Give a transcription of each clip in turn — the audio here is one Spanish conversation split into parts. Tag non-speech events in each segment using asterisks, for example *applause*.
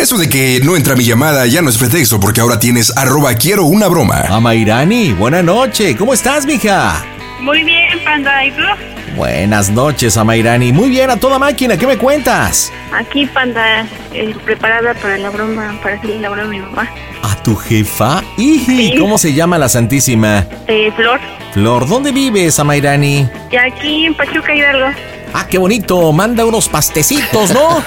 Eso de que no entra mi llamada ya no es pretexto porque ahora tienes arroba quiero una broma. Ama Irani, buena noche. ¿Cómo estás, mija? Muy bien, Panda. ¿Y tú? Buenas noches, Amairani. Muy bien, a toda máquina. ¿Qué me cuentas? Aquí, Panda, eh, preparada para la broma, para hacerle la broma a mi mamá. ¿A tu jefa? Iji, Sí. ¿cómo se llama la Santísima? Eh, Flor, Flor, ¿dónde vives, Amairani? y aquí en Pachuca Hidalgo. Ah, qué bonito. Manda unos pastecitos, *laughs* ¿no?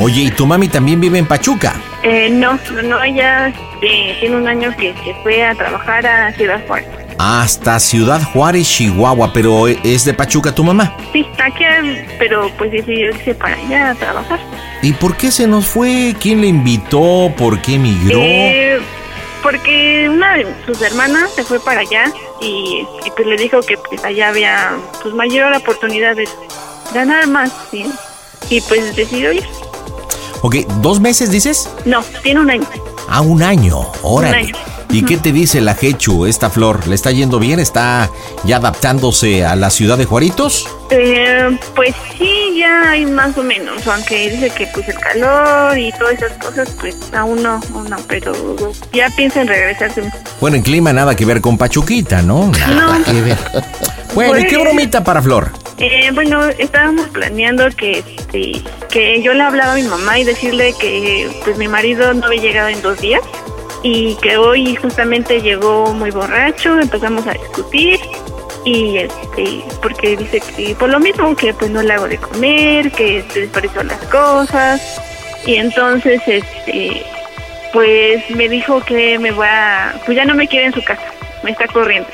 Oye, ¿y tu mami también vive en Pachuca? Eh, no, no, no, ella eh, tiene un año que se fue a trabajar a Ciudad Juárez. Hasta Ciudad Juárez, Chihuahua, pero eh, ¿es de Pachuca tu mamá? Sí, está aquí, pero pues decidió irse para allá a trabajar. ¿Y por qué se nos fue? ¿Quién le invitó? ¿Por qué emigró? Eh, porque una de sus hermanas se fue para allá y, y, pues le dijo que pues, allá había pues mayor oportunidad de ganar más, ¿sí? Y pues decidió ir. Ok, ¿dos meses dices? No, tiene un año. Ah, un año, órale. Un año. ¿Y qué te dice la Hechu, esta flor? ¿Le está yendo bien? ¿Está ya adaptándose a la ciudad de Juaritos? Eh, pues sí, ya hay más o menos, aunque dice que pues el calor y todas esas cosas, pues aún no, aún no, pero ya piensa en regresarse. Bueno, en clima nada que ver con Pachuquita, ¿no? Nada No. *laughs* que ver. Bueno, ¿y qué Pues- bromita para Flor? Eh, bueno, estábamos planeando que este, que yo le hablaba a mi mamá y decirle que pues mi marido no había llegado en dos días y que hoy justamente llegó muy borracho, empezamos a discutir y este porque dice que por lo mismo que pues no le hago de comer, que este, desperdició las cosas y entonces este pues me dijo que me va, pues ya no me quiere en su casa, me está corriendo.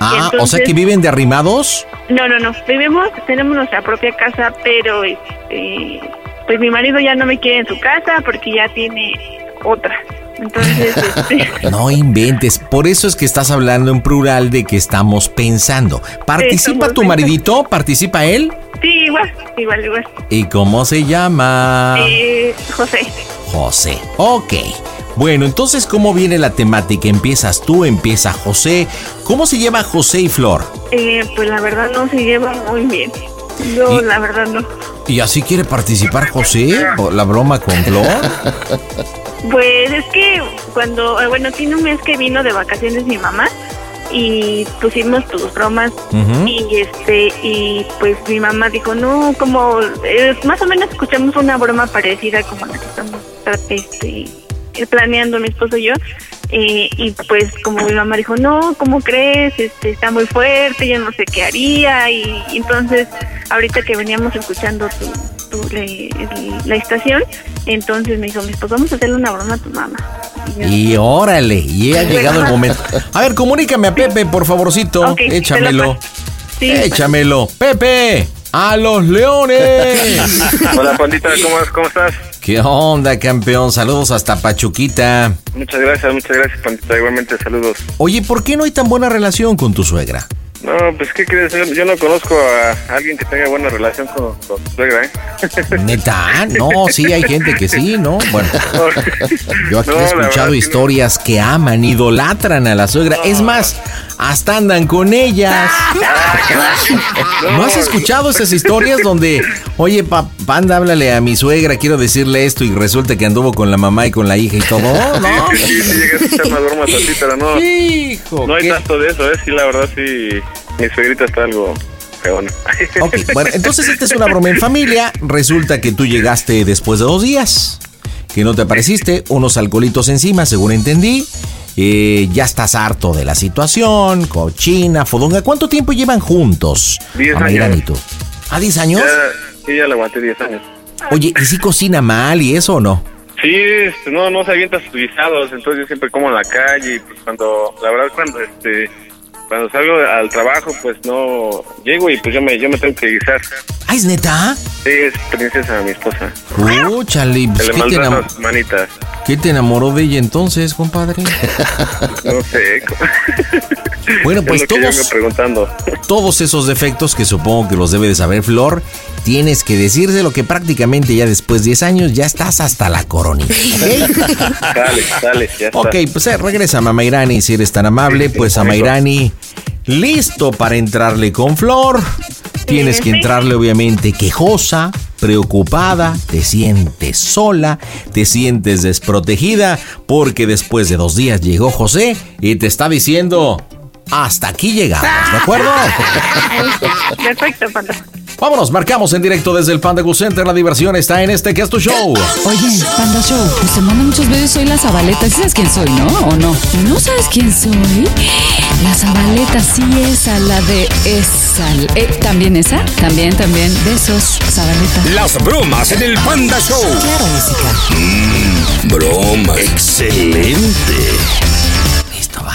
Ah, o sea entonces- que viven de arrimados. No, no, no. Vivimos, tenemos nuestra propia casa, pero este, pues mi marido ya no me quiere en su casa porque ya tiene otra. *laughs* Entonces, este, No inventes, por eso es que estás hablando en plural de que estamos pensando. ¿Participa estamos tu pensando. maridito? ¿Participa él? sí, igual, igual, igual. ¿Y cómo se llama? Eh, José, José. Ok. Bueno, entonces, ¿cómo viene la temática? ¿Empiezas tú? ¿Empieza José? ¿Cómo se lleva José y Flor? eh, pues la verdad no se lleva muy bien. No, Y- la verdad no. ¿Y así quiere participar José? ¿O ¿La broma con Flor? Pues es que cuando, eh, bueno, tiene un mes que vino de vacaciones mi mamá y pusimos tus bromas Ujú. y este y pues mi mamá dijo no como eh, más o menos escuchamos una broma parecida como la que estamos tra- este, planeando mi esposo y yo. eh, y pues como mi mamá dijo, no, ¿cómo crees? Este, está muy fuerte, yo no sé qué haría. Y, y entonces, ahorita que veníamos escuchando tu, tu- le- el- la estación, entonces me dijo, mi esposo, vamos a hacerle una broma a tu mamá. Y yo, Y órale, y ha llegado el momento. A ver, comunícame a Pepe, por favorcito. Ok, te lo Échamelo. paso. sí, Échamelo. Pepe, a los *laughs* leones. Hola, Pandita, ¿cómo, ¿cómo estás? ¿Qué onda, campeón? Saludos hasta Pachuquita. Muchas gracias, muchas gracias, Pandita. Igualmente, saludos. Oye, ¿por qué no hay tan buena relación con tu suegra? No, pues, ¿qué crees? Yo, yo no conozco a alguien que tenga buena relación con, con tu suegra, ¿eh? Neta, ¿ah? no, sí, hay gente que sí, ¿no? Bueno, yo aquí No, he la escuchado verdad que historias que aman, idolatran a la suegra. Es más, hasta andan con ellas. no. ¿No has escuchado esas historias donde, oye, pa- panda, háblale a mi suegra, quiero decirle esto y resulta que anduvo con la mamá y con la hija y todo? Oh, ¿no? *laughs* Sí, sí, sí, llegué a escuchar más bromas así, pero no, Hijo, no hay qué- tanto de eso, ¿eh? Sí, la verdad, sí, mi suegrita está algo peona. Ok, bueno, *laughs* entonces esta es una broma en familia. Resulta que tú llegaste después de dos días, que no te apareciste, unos alcoholitos encima, según entendí. Eh, ya estás harto de la situación, cochina, fodonga. ¿Cuánto tiempo llevan juntos? Diez Amairán años. y tú? ¿A 10 años? Ya, sí, ya la aguanté 10 años. Oye, ¿y si cocina mal y eso o no? Sí, este, no, no se avienta sus guisados, entonces yo siempre como en la calle y pues cuando, la verdad cuando este, cuando salgo al trabajo pues no, llego y pues yo me, yo me tengo que guisar. ¿Ah, es neta? Sí, es princesa mi esposa, Úchale, se pues, le ¿qué, te maltratan enam- las manitas, qué te enamoró de ella entonces, *laughs* compadre? no sé. cómo- Bueno, *laughs* es pues lo que yo todos- vengo preguntando. todos esos defectos que supongo que los debe de saber Flor, tienes que decírselo que prácticamente ya después de 10 años ya estás hasta la coronita. ¿ok? Dale, dale, ya está. Ok, pues eh, regresa a Mamairani si eres tan amable. Pues a Mayrani, listo para entrarle con Flor. Tienes que entrarle obviamente quejosa, preocupada, te sientes sola, te sientes desprotegida, porque después de dos días llegó José y te está diciendo, hasta aquí llegamos, ¿de acuerdo? *laughs* perfecto, Panda. Vámonos, marcamos en directo desde el Panda Cool Center. La diversión está en este que es tu show. Oye, Panda Show, pues te mandan muchos videos, soy la Zabaleta. ¿Sí sabes quién soy, no? ¿O no? ¿No sabes quién soy? La Zabaleta, sí, esa, la de esa. Eh, ¿También esa? También, también. Besos, Zabaleta. Las bromas en el Panda Show. Mm, Claro, música. Broma. Excelente. Listo, va.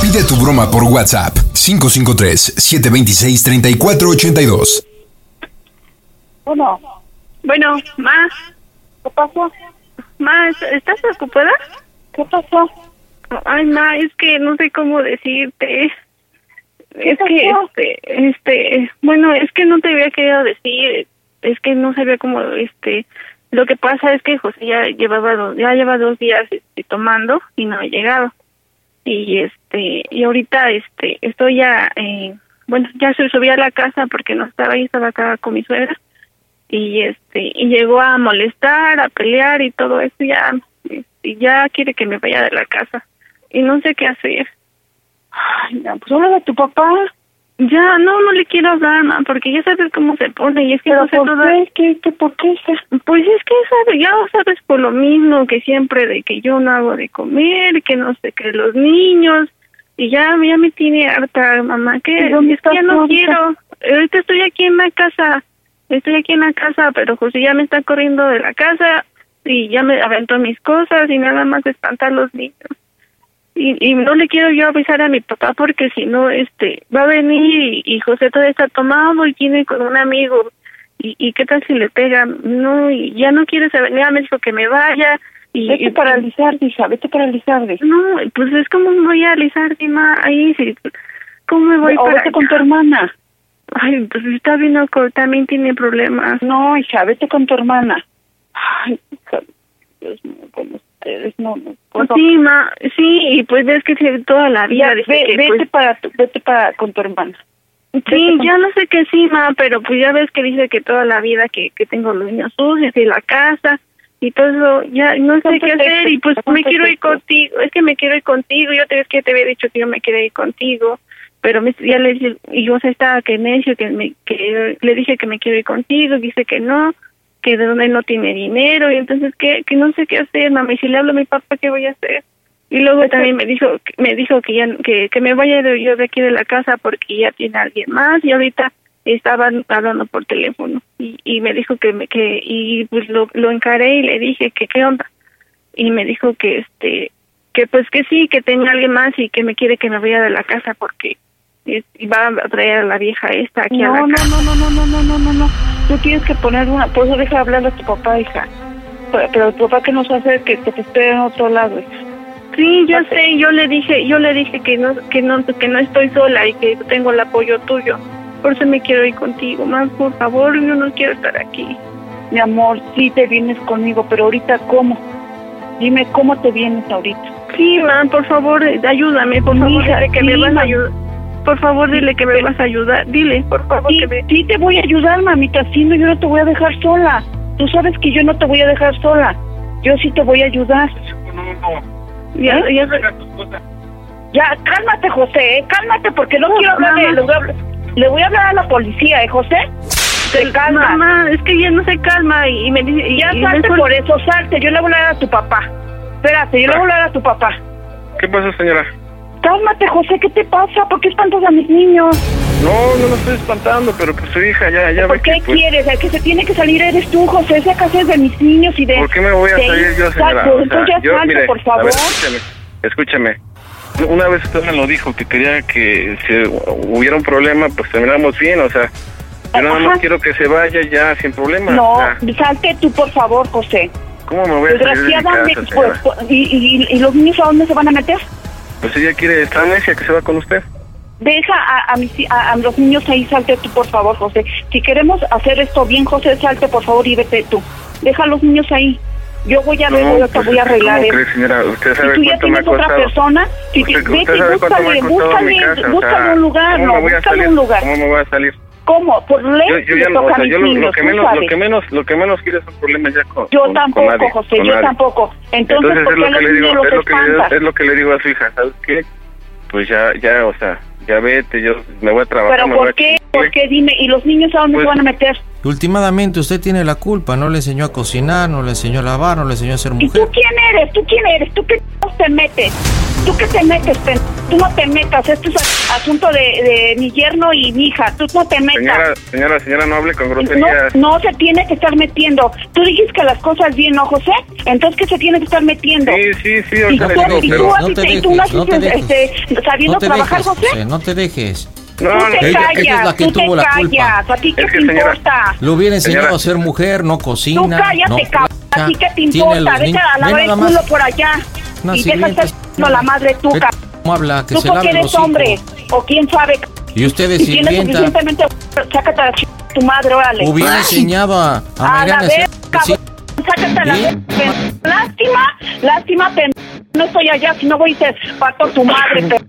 Pide tu broma por WhatsApp 553-726-3482. Bueno, Bueno, ma, ¿qué pasó? ma, ¿est- ¿estás ocupada? ¿Qué pasó? Ay, ma, es que no sé cómo decirte. Es que, pasó? este, este, bueno, es que no te había querido decir, es que no sabía cómo, este, lo que pasa es que José ya llevaba dos, ya lleva dos días este, tomando y no ha llegado. Y este, y ahorita, este, estoy ya, eh, bueno, ya se subí a la casa porque no estaba ahí, estaba acá con mi suegra. Y este, y llegó a molestar, a pelear y todo eso, ya, este, ya quiere que me vaya de la casa. Y no sé qué hacer. Ay, no, pues habla de tu papá. Ya, no, no le quiero hablar, ma, porque ya sabes cómo se pone y es que ¿Pero no sé por toda- qué? ¿Qué, qué, ¿Por qué, hija? Pues es que sabe, ya sabes por lo mismo que siempre de que yo no hago de comer, que no sé qué, los niños y ya, ya me tiene harta, mamá, que ¿Y dónde es que estás ya tú no ahorita? quiero. Ahorita estoy aquí en la casa, estoy aquí en la casa, pero José ya me está corriendo de la casa y ya me aventó mis cosas y nada más espantar los niños y, y no le quiero yo avisar a mi papá porque si no este va a venir y, y José todavía está tomado y tiene con un amigo y, y qué tal si le pega no y ya no quiere saber ya me dijo que me vaya y, Vete y- a paralizar, hija, vete a paralizar. hija. no pues es como me voy a alisar Dima ahí sí cómo me voy O para vete con tu allá? hermana. ay pues está bien loco también tiene problemas No, hija, vete con tu hermana. Ay, hija, Dios mío, con ustedes, no, no. Pues puedo. sí ma sí y pues ves que sí, toda la vida Ya, desde ve- que, vete pues, para, tu- vete para con tu hermana. Sí, ya no sé qué sí, ma, pero pues ya ves que dice que toda la vida que, que tengo los niños sucios y la casa y todo eso, ya no sé Son qué hacer y pues pretextos, son me quiero ir pretextos. contigo, es que me quiero ir contigo, yo te ves que te había dicho que yo me quería ir contigo, pero me- ya le dije, y yo se estaba que necio, que, me, que le dije que me quiero ir contigo, dice que no, que de dónde él no tiene dinero y entonces que, que no sé qué hacer, mamá, y si le hablo a mi papá, ¿qué voy a hacer? Y luego también me dijo me dijo que ya que, que me vaya de- yo de aquí de la casa porque ya tiene alguien más y ahorita estaban hablando por teléfono y, y me dijo que me, que y pues lo, lo encaré y le dije que qué onda y me dijo que este que pues que sí que tenía alguien más y que me quiere que me vaya de la casa porque es- y va a traer a la vieja esta aquí a la No, no, casa. no, no, no, no, no, no, no, no. Tú tienes que poner una. Por eso deja hablar a tu papá, hija. Pero, pero tu papá que nos hace que, que te espere en otro lado. hija. Sí, yo sé, yo le dije, yo le dije que no, que no, que no estoy sola y que tengo el apoyo tuyo. Por eso me quiero ir contigo, más por favor, yo no quiero estar aquí. Mi amor, sí te vienes conmigo, pero ahorita cómo. Dime cómo te vienes ahorita. Sí, man, por favor, eh, ayúdame, por favor, Mija, dile que sí, me vas a ma. ayudar. Por favor, dile que me vas a ayudar, dile, por favor, Sí, que me... sí te voy a ayudar, mamita. Sí, no, yo no te voy a dejar sola. Tú sabes que yo no te voy a dejar sola. Yo sí te voy a ayudar. Ya, ya- Ya, cálmate, José, ¿eh? cálmate, porque no quiero hablar de... mamá. Le voy a, hablar- le voy a hablar a la policía, ¿eh, José? Te calma. Pues, Mamá, es que ya no se calma y, y me dice... y- Ya y salte mejor- por eso, salte. Yo le voy a hablar a tu papá. Espérate, yo le voy a hablar a tu papá. ¿Qué pasó, señora? Cálmate, José, ¿qué te pasa? ¿Por qué espantas a mis niños? No, no lo estoy espantando, pero pues su hija ya, ya ve ¿Por qué que, pues, quieres? El que se tiene que salir eres tú, José. Esa casa es de mis niños y de... ¿Por qué me voy a de- salir yo, señora? Exacto, O Este, sea, entonces ya yo, salte, mire, por a favor. ver, escúcheme, escúcheme. Una vez usted me lo dijo, que quería que si hubiera un problema, pues terminamos bien, o sea, yo nada más Ajá. quiero que se vaya ya sin problema. No, o sea, salte tú, por favor, José. ¿Cómo me voy a salir de mi casa, Desgraciadamente, pues, señora? pues, y, y- ¿y los niños a dónde se van a meter? Pues ella quiere, está necia que se va con usted. Deja a, a, mis, a, a los niños ahí, salte tú, por favor, José. Si queremos hacer esto bien, José, salte, por favor, y vete tú. Deja a los niños ahí. Yo voy a ver, voy, a- te pues, voy a arreglar ¿Cómo esto. cree, señora? Usted Si sabe tú ya cuánto me ha tienes otra costado. persona, si te- Usted- vete, usted sabe cuánto me ha búscale, costado mi búscale, casa, o sea, búscale un lugar, ¿cómo no, me voy a búscale salir? un lugar. ¿Cómo me voy a salir? ¿Cómo? Por ley yo, yo le ya no, toca o a sea, mis yo lo, lo niños, que tú menos, lo sabes. que menos, lo que menos quiero es un problema ya con Yo con- con tampoco, nadie, José, con yo nadie. tampoco. Entonces, Entonces ¿por es qué a lo que los le digo, niños los es lo que le digo, espantas? es lo que le digo a su hija, ¿sabes qué? Pues ya, ya, o sea, ya vete, yo me voy a trabajar. ¿Pero me voy a por qué? chingar. ¿Por qué? Dime, ¿y los niños a dónde Pues- se van a meter? Últimamente usted tiene la culpa, no le enseñó a cocinar, no le enseñó a lavar, no le enseñó a ser ¿Y pues tú mujer. quién eres? ¿Tú quién eres? ¿Tú qué chingados te metes? ¿Tú qué te metes, pen- Tú no te metas. Esto es a- asunto de, de mi yerno y mi hija. Tú no te metas. Señora, señora, señora, no hable con no, groserías. no se tiene que estar metiendo. Tú dijiste que las cosas bien, ¿no, José? Entonces, ¿qué se tiene que estar metiendo? Sí, sí, sí, ¿Y ahorita tú, le no te digo, y dejes, tú pero... no así te- y tú naciste, te dejes, no te este, sabiendo no te trabajar, dejes, José? José, no te dejes. Tú No, no, te Ella- callas, ella es la que tú te tuvo la callas. culpa. ¿A ti qué Es te que, señora, importa? Lo hubiera enseñado Señora. a ser mujer, no cocina. Tú cállate, no cabrón. plancha, ¿A ti qué te tiene a los importa? Vete niños- a Ve lavar el nada más, culo por allá. unas Y deja estar sirvientas. chingando la madre tú, Ve cabrón. cómo habla, que Tú se porque lave el eres hocico. hombre. O quién sabe, cabrón. Y usted es Si tienes sirvienta. suficientemente... Sácate a la ch- tu madre, órale. Hubiera enseñado a, a A la Mayrani a ser verga, cabrón. Sácate a la Bien. verga. Lástima, lástima, pen- No estoy allá, si no voy y te parto tu madre, pendejo.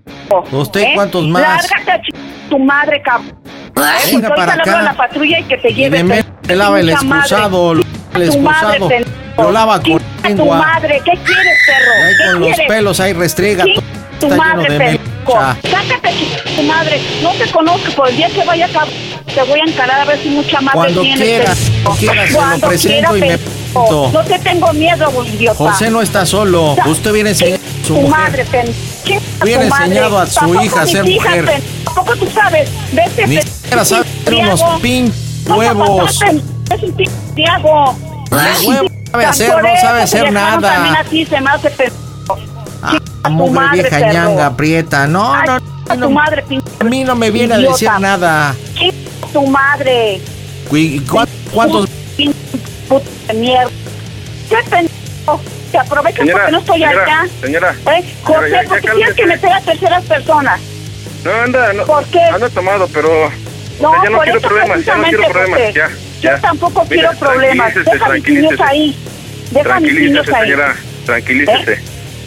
¿Usted cuántos más? Lárgate a ch- tu madre, cabrón. Eh, Venga ahorita para le hablo acá. a la patrulla y que te y lleve. le me- pendejo. le lava el Mucha madre. excusado, lo- el tu madre, excusado, pendejo. lo lava con Chinga la tu lengua, madre, ¿qué quieres, perro? y ahí ¿Qué con los quieres? pelos ahí restriega, Chinga todo tu está lleno madre, de pendejo. melucha. Sácate chinga tu madre. No te conozco, por el día que vaya acá te voy a encarar a ver si mucha madre Cuando tienes, quieras, pendejo. cuando quieras, te lo Cuando presento quieras, y me pendejo. presento. No te tengo miedo, güey, idiota. José no está solo, Sa- usted hubiera enseñado Chinga a su tu mujer. madre, pendejo. Chinga Hubiera tu madre. enseñado a su Tampoco hija a mis ser hijas, mujer. pendejo. Tampoco tú sabes. Vete, Ni pendejo, siquiera sabe hacer unos Santiago. pin No te huevos. pasaste, Es un pinche Santiago. Ni huevo sabe Tan hacer, por no eso sabe te hacer dejaron También nada. así se me hace pendejo. Ah, tu mujer madre, vieja perro. ñanga, aprieta. No, Ay, no, a no, tu madre, pin- a mí no me viene a idiota. decir nada. chinga tu madre. ¿Y cua- cuántos? Pin- puta de mierda. Qué pendejo. Te aprovechas Señora, porque no estoy señora, acá. señora, ¿Eh? señora, José, ya- ya porque tienes que cálmese. meter a terceras personas. No, anda, no, ¿Por qué? anda tomado, pero... o No, sea, ya no por quiero eso problemas, ya no quiero precisamente, problemas, José. ya, Yo ya. tampoco Mire, quiero problemas. tranquilícese, Deja a mis niños tranquilícese. ahí. Deja a mis niños Tranquilícese, ahí. señora, tranquilícese. ¿Eh?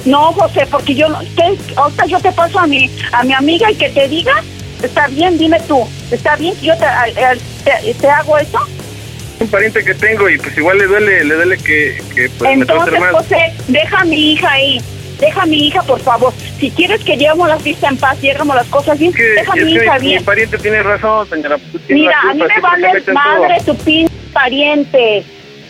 No, José, porque yo no, te- ahorita yo te paso a mi, a mi amiga y que te diga, está bien, dime tú, está bien que yo te, a- a- te- te hago eso. un pariente que tengo y pues igual le duele, le duele que, que pues me trate Entonces, mal. José, deja a mi hija ahí, deja a mi hija, por favor. Si quieres que llevemos la fiesta en paz y hagamos las cosas bien, Es que, deja a es mi que hija mi, mi bien. pariente tiene razón, señora. pues, tú tienes Mira, la a mí culpa, me siempre te vale meten todo. madre tu pin pariente.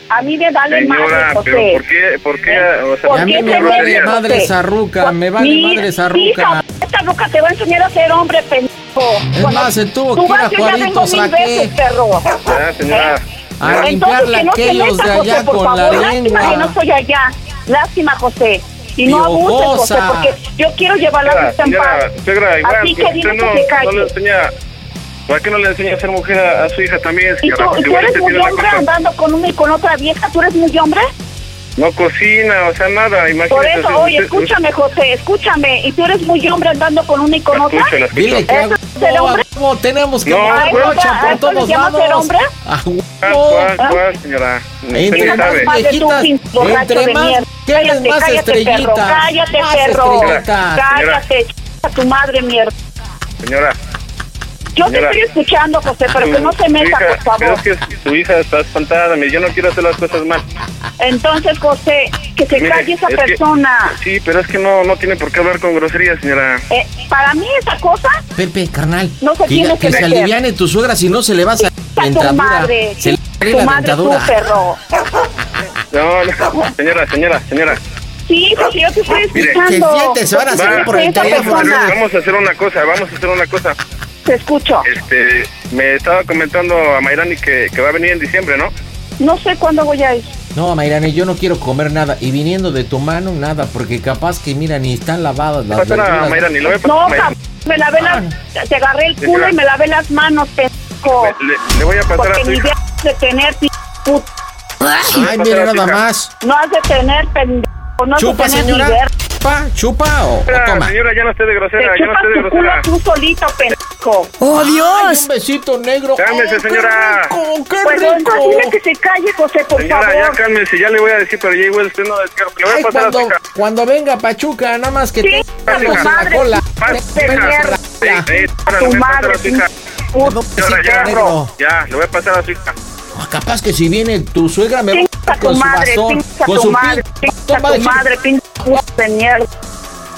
A mí me vale Señora, madre, pero José. ¿por qué? ¿Por qué? O sea, ¿Por ¿por qué qué te me metes, groserías? José? madre zarruca, me vale Mi- madre zarruca. sí, esta ruca te va a enseñar a ser hombre, pendejo. Es más, se tuvo tú que ir a vas, yo ya vengo Juaritos, ¿a mil qué? veces, perro. Ya, Ah, señora. ¿Eh? A Entonces, limpiarle que no te aquellos metas, de José, allá por con la favor. Lástima lengua. que no soy allá. Lástima, José. Y no Piojosa. abuses, José, porque yo quiero llevarla a Señora, esta en señora, paz. señora, igual, Así si que dime usted no, que se no le calle. enseña, ¿para qué no le enseña a ser mujer a, a su hija también? Y tú, señora? Porque tú igual eres usted muy tiene la hombre culpa. andando con una y con otra vieja, tú eres muy hombre. No cocina, o sea, nada, imagínate. Por eso, o sea, oye, usted- escúchame, José, escúchame. Y tú eres muy hombre andando con una y con La otra. escucho, la escucho. Dile que a ¿Eso es ser huevo, a hombre? huevo pues, tenemos que No, mover huevo, brocha ¿a eso por le todos llamas ser lados. hombre? Ah, A Ah, ¿Cuál, huevo. cuál, cuál, señora? Usted Entre ni más sabe. Madre, tú, viejitas, pin- borracho entre de más mierda. quieres, Cállate, más cállate, perro, estrellitas. cállate, Más perro. estrellitas. Cállate, ch- a tu madre, mierda. Señora, Yo Señora. te estoy escuchando, José, pero que no se su meta, hija- por pero favor. es que su hija está espantada, mire, yo no quiero hacer las cosas mal. Entonces, José, que se Mire, calle esa es que- persona. sí, pero es que no, no tiene por qué hablar con groserías, señora. Eh, para mí esa cosa, Pepe, carnal, No se que, tiene que que se meter. aliviane tu suegra si no se le va a salir la a tu dentadura. madre. Se le sale Tu la madre, tú, dentadura. perro. No, no, señora, señora, señora. Sí, José, yo te estoy Mire, escuchando. que siete se van a Yo te salir por el escucho a esa teléfono. persona. Vamos a hacer una cosa, vamos a hacer una cosa. Te escucho. Este, me estaba comentando a Mayrani que, que va a venir en diciembre, ¿no? No sé cuándo voy a ir. No, Mayrani, yo no quiero comer nada. Y viniendo de tu mano, nada. Porque capaz que, mira, ni están lavadas las Pasar a verduras. Mayrani, lo voy a pasar No, a Mayrani. cabrón, me lavé las... Te agarré el culo y me lavé las manos, pendejo. Ah. Le, le- le voy a pasar a Porque su ni hija. debes de tener, p- put- Ay, mira nada más. No has de tener, pendejo. No has Chupa, de tener señora. ni ver. Chupa, chupa o, o Señora, toma. señora, ya no esté de grosera, Te ya no chupas esté de tu culo grosera. tú solito, pendejo. ¡Oh, Ay, Dios! un besito negro. Cálmese, ¡Oh, Ay, qué señora. rico, ¡Qué Pues rico! entonces dile que se calle, José, por Señora, ya favor. cálmese, ya le voy a decir, pero ya igual usted no descarga. Le voy Ay, a pasar a su cuando, hija. cuando venga Pachuca, nada más que Sí, te a los tu en la madre. cola. Más de hija. mierda. Sí, sí, A señora, le tu voy a pasar madre, pues, a su hija. put- No, Señora, besito negro. ya, ya, le voy a pasar a su hija. Ah, capaz que si viene tu suegra me va Pincha a a tu con su madre, bastón, pincha a con su tu madre, pin- pincha bastón, va a a tu decir, madre, pincha puto de mierda.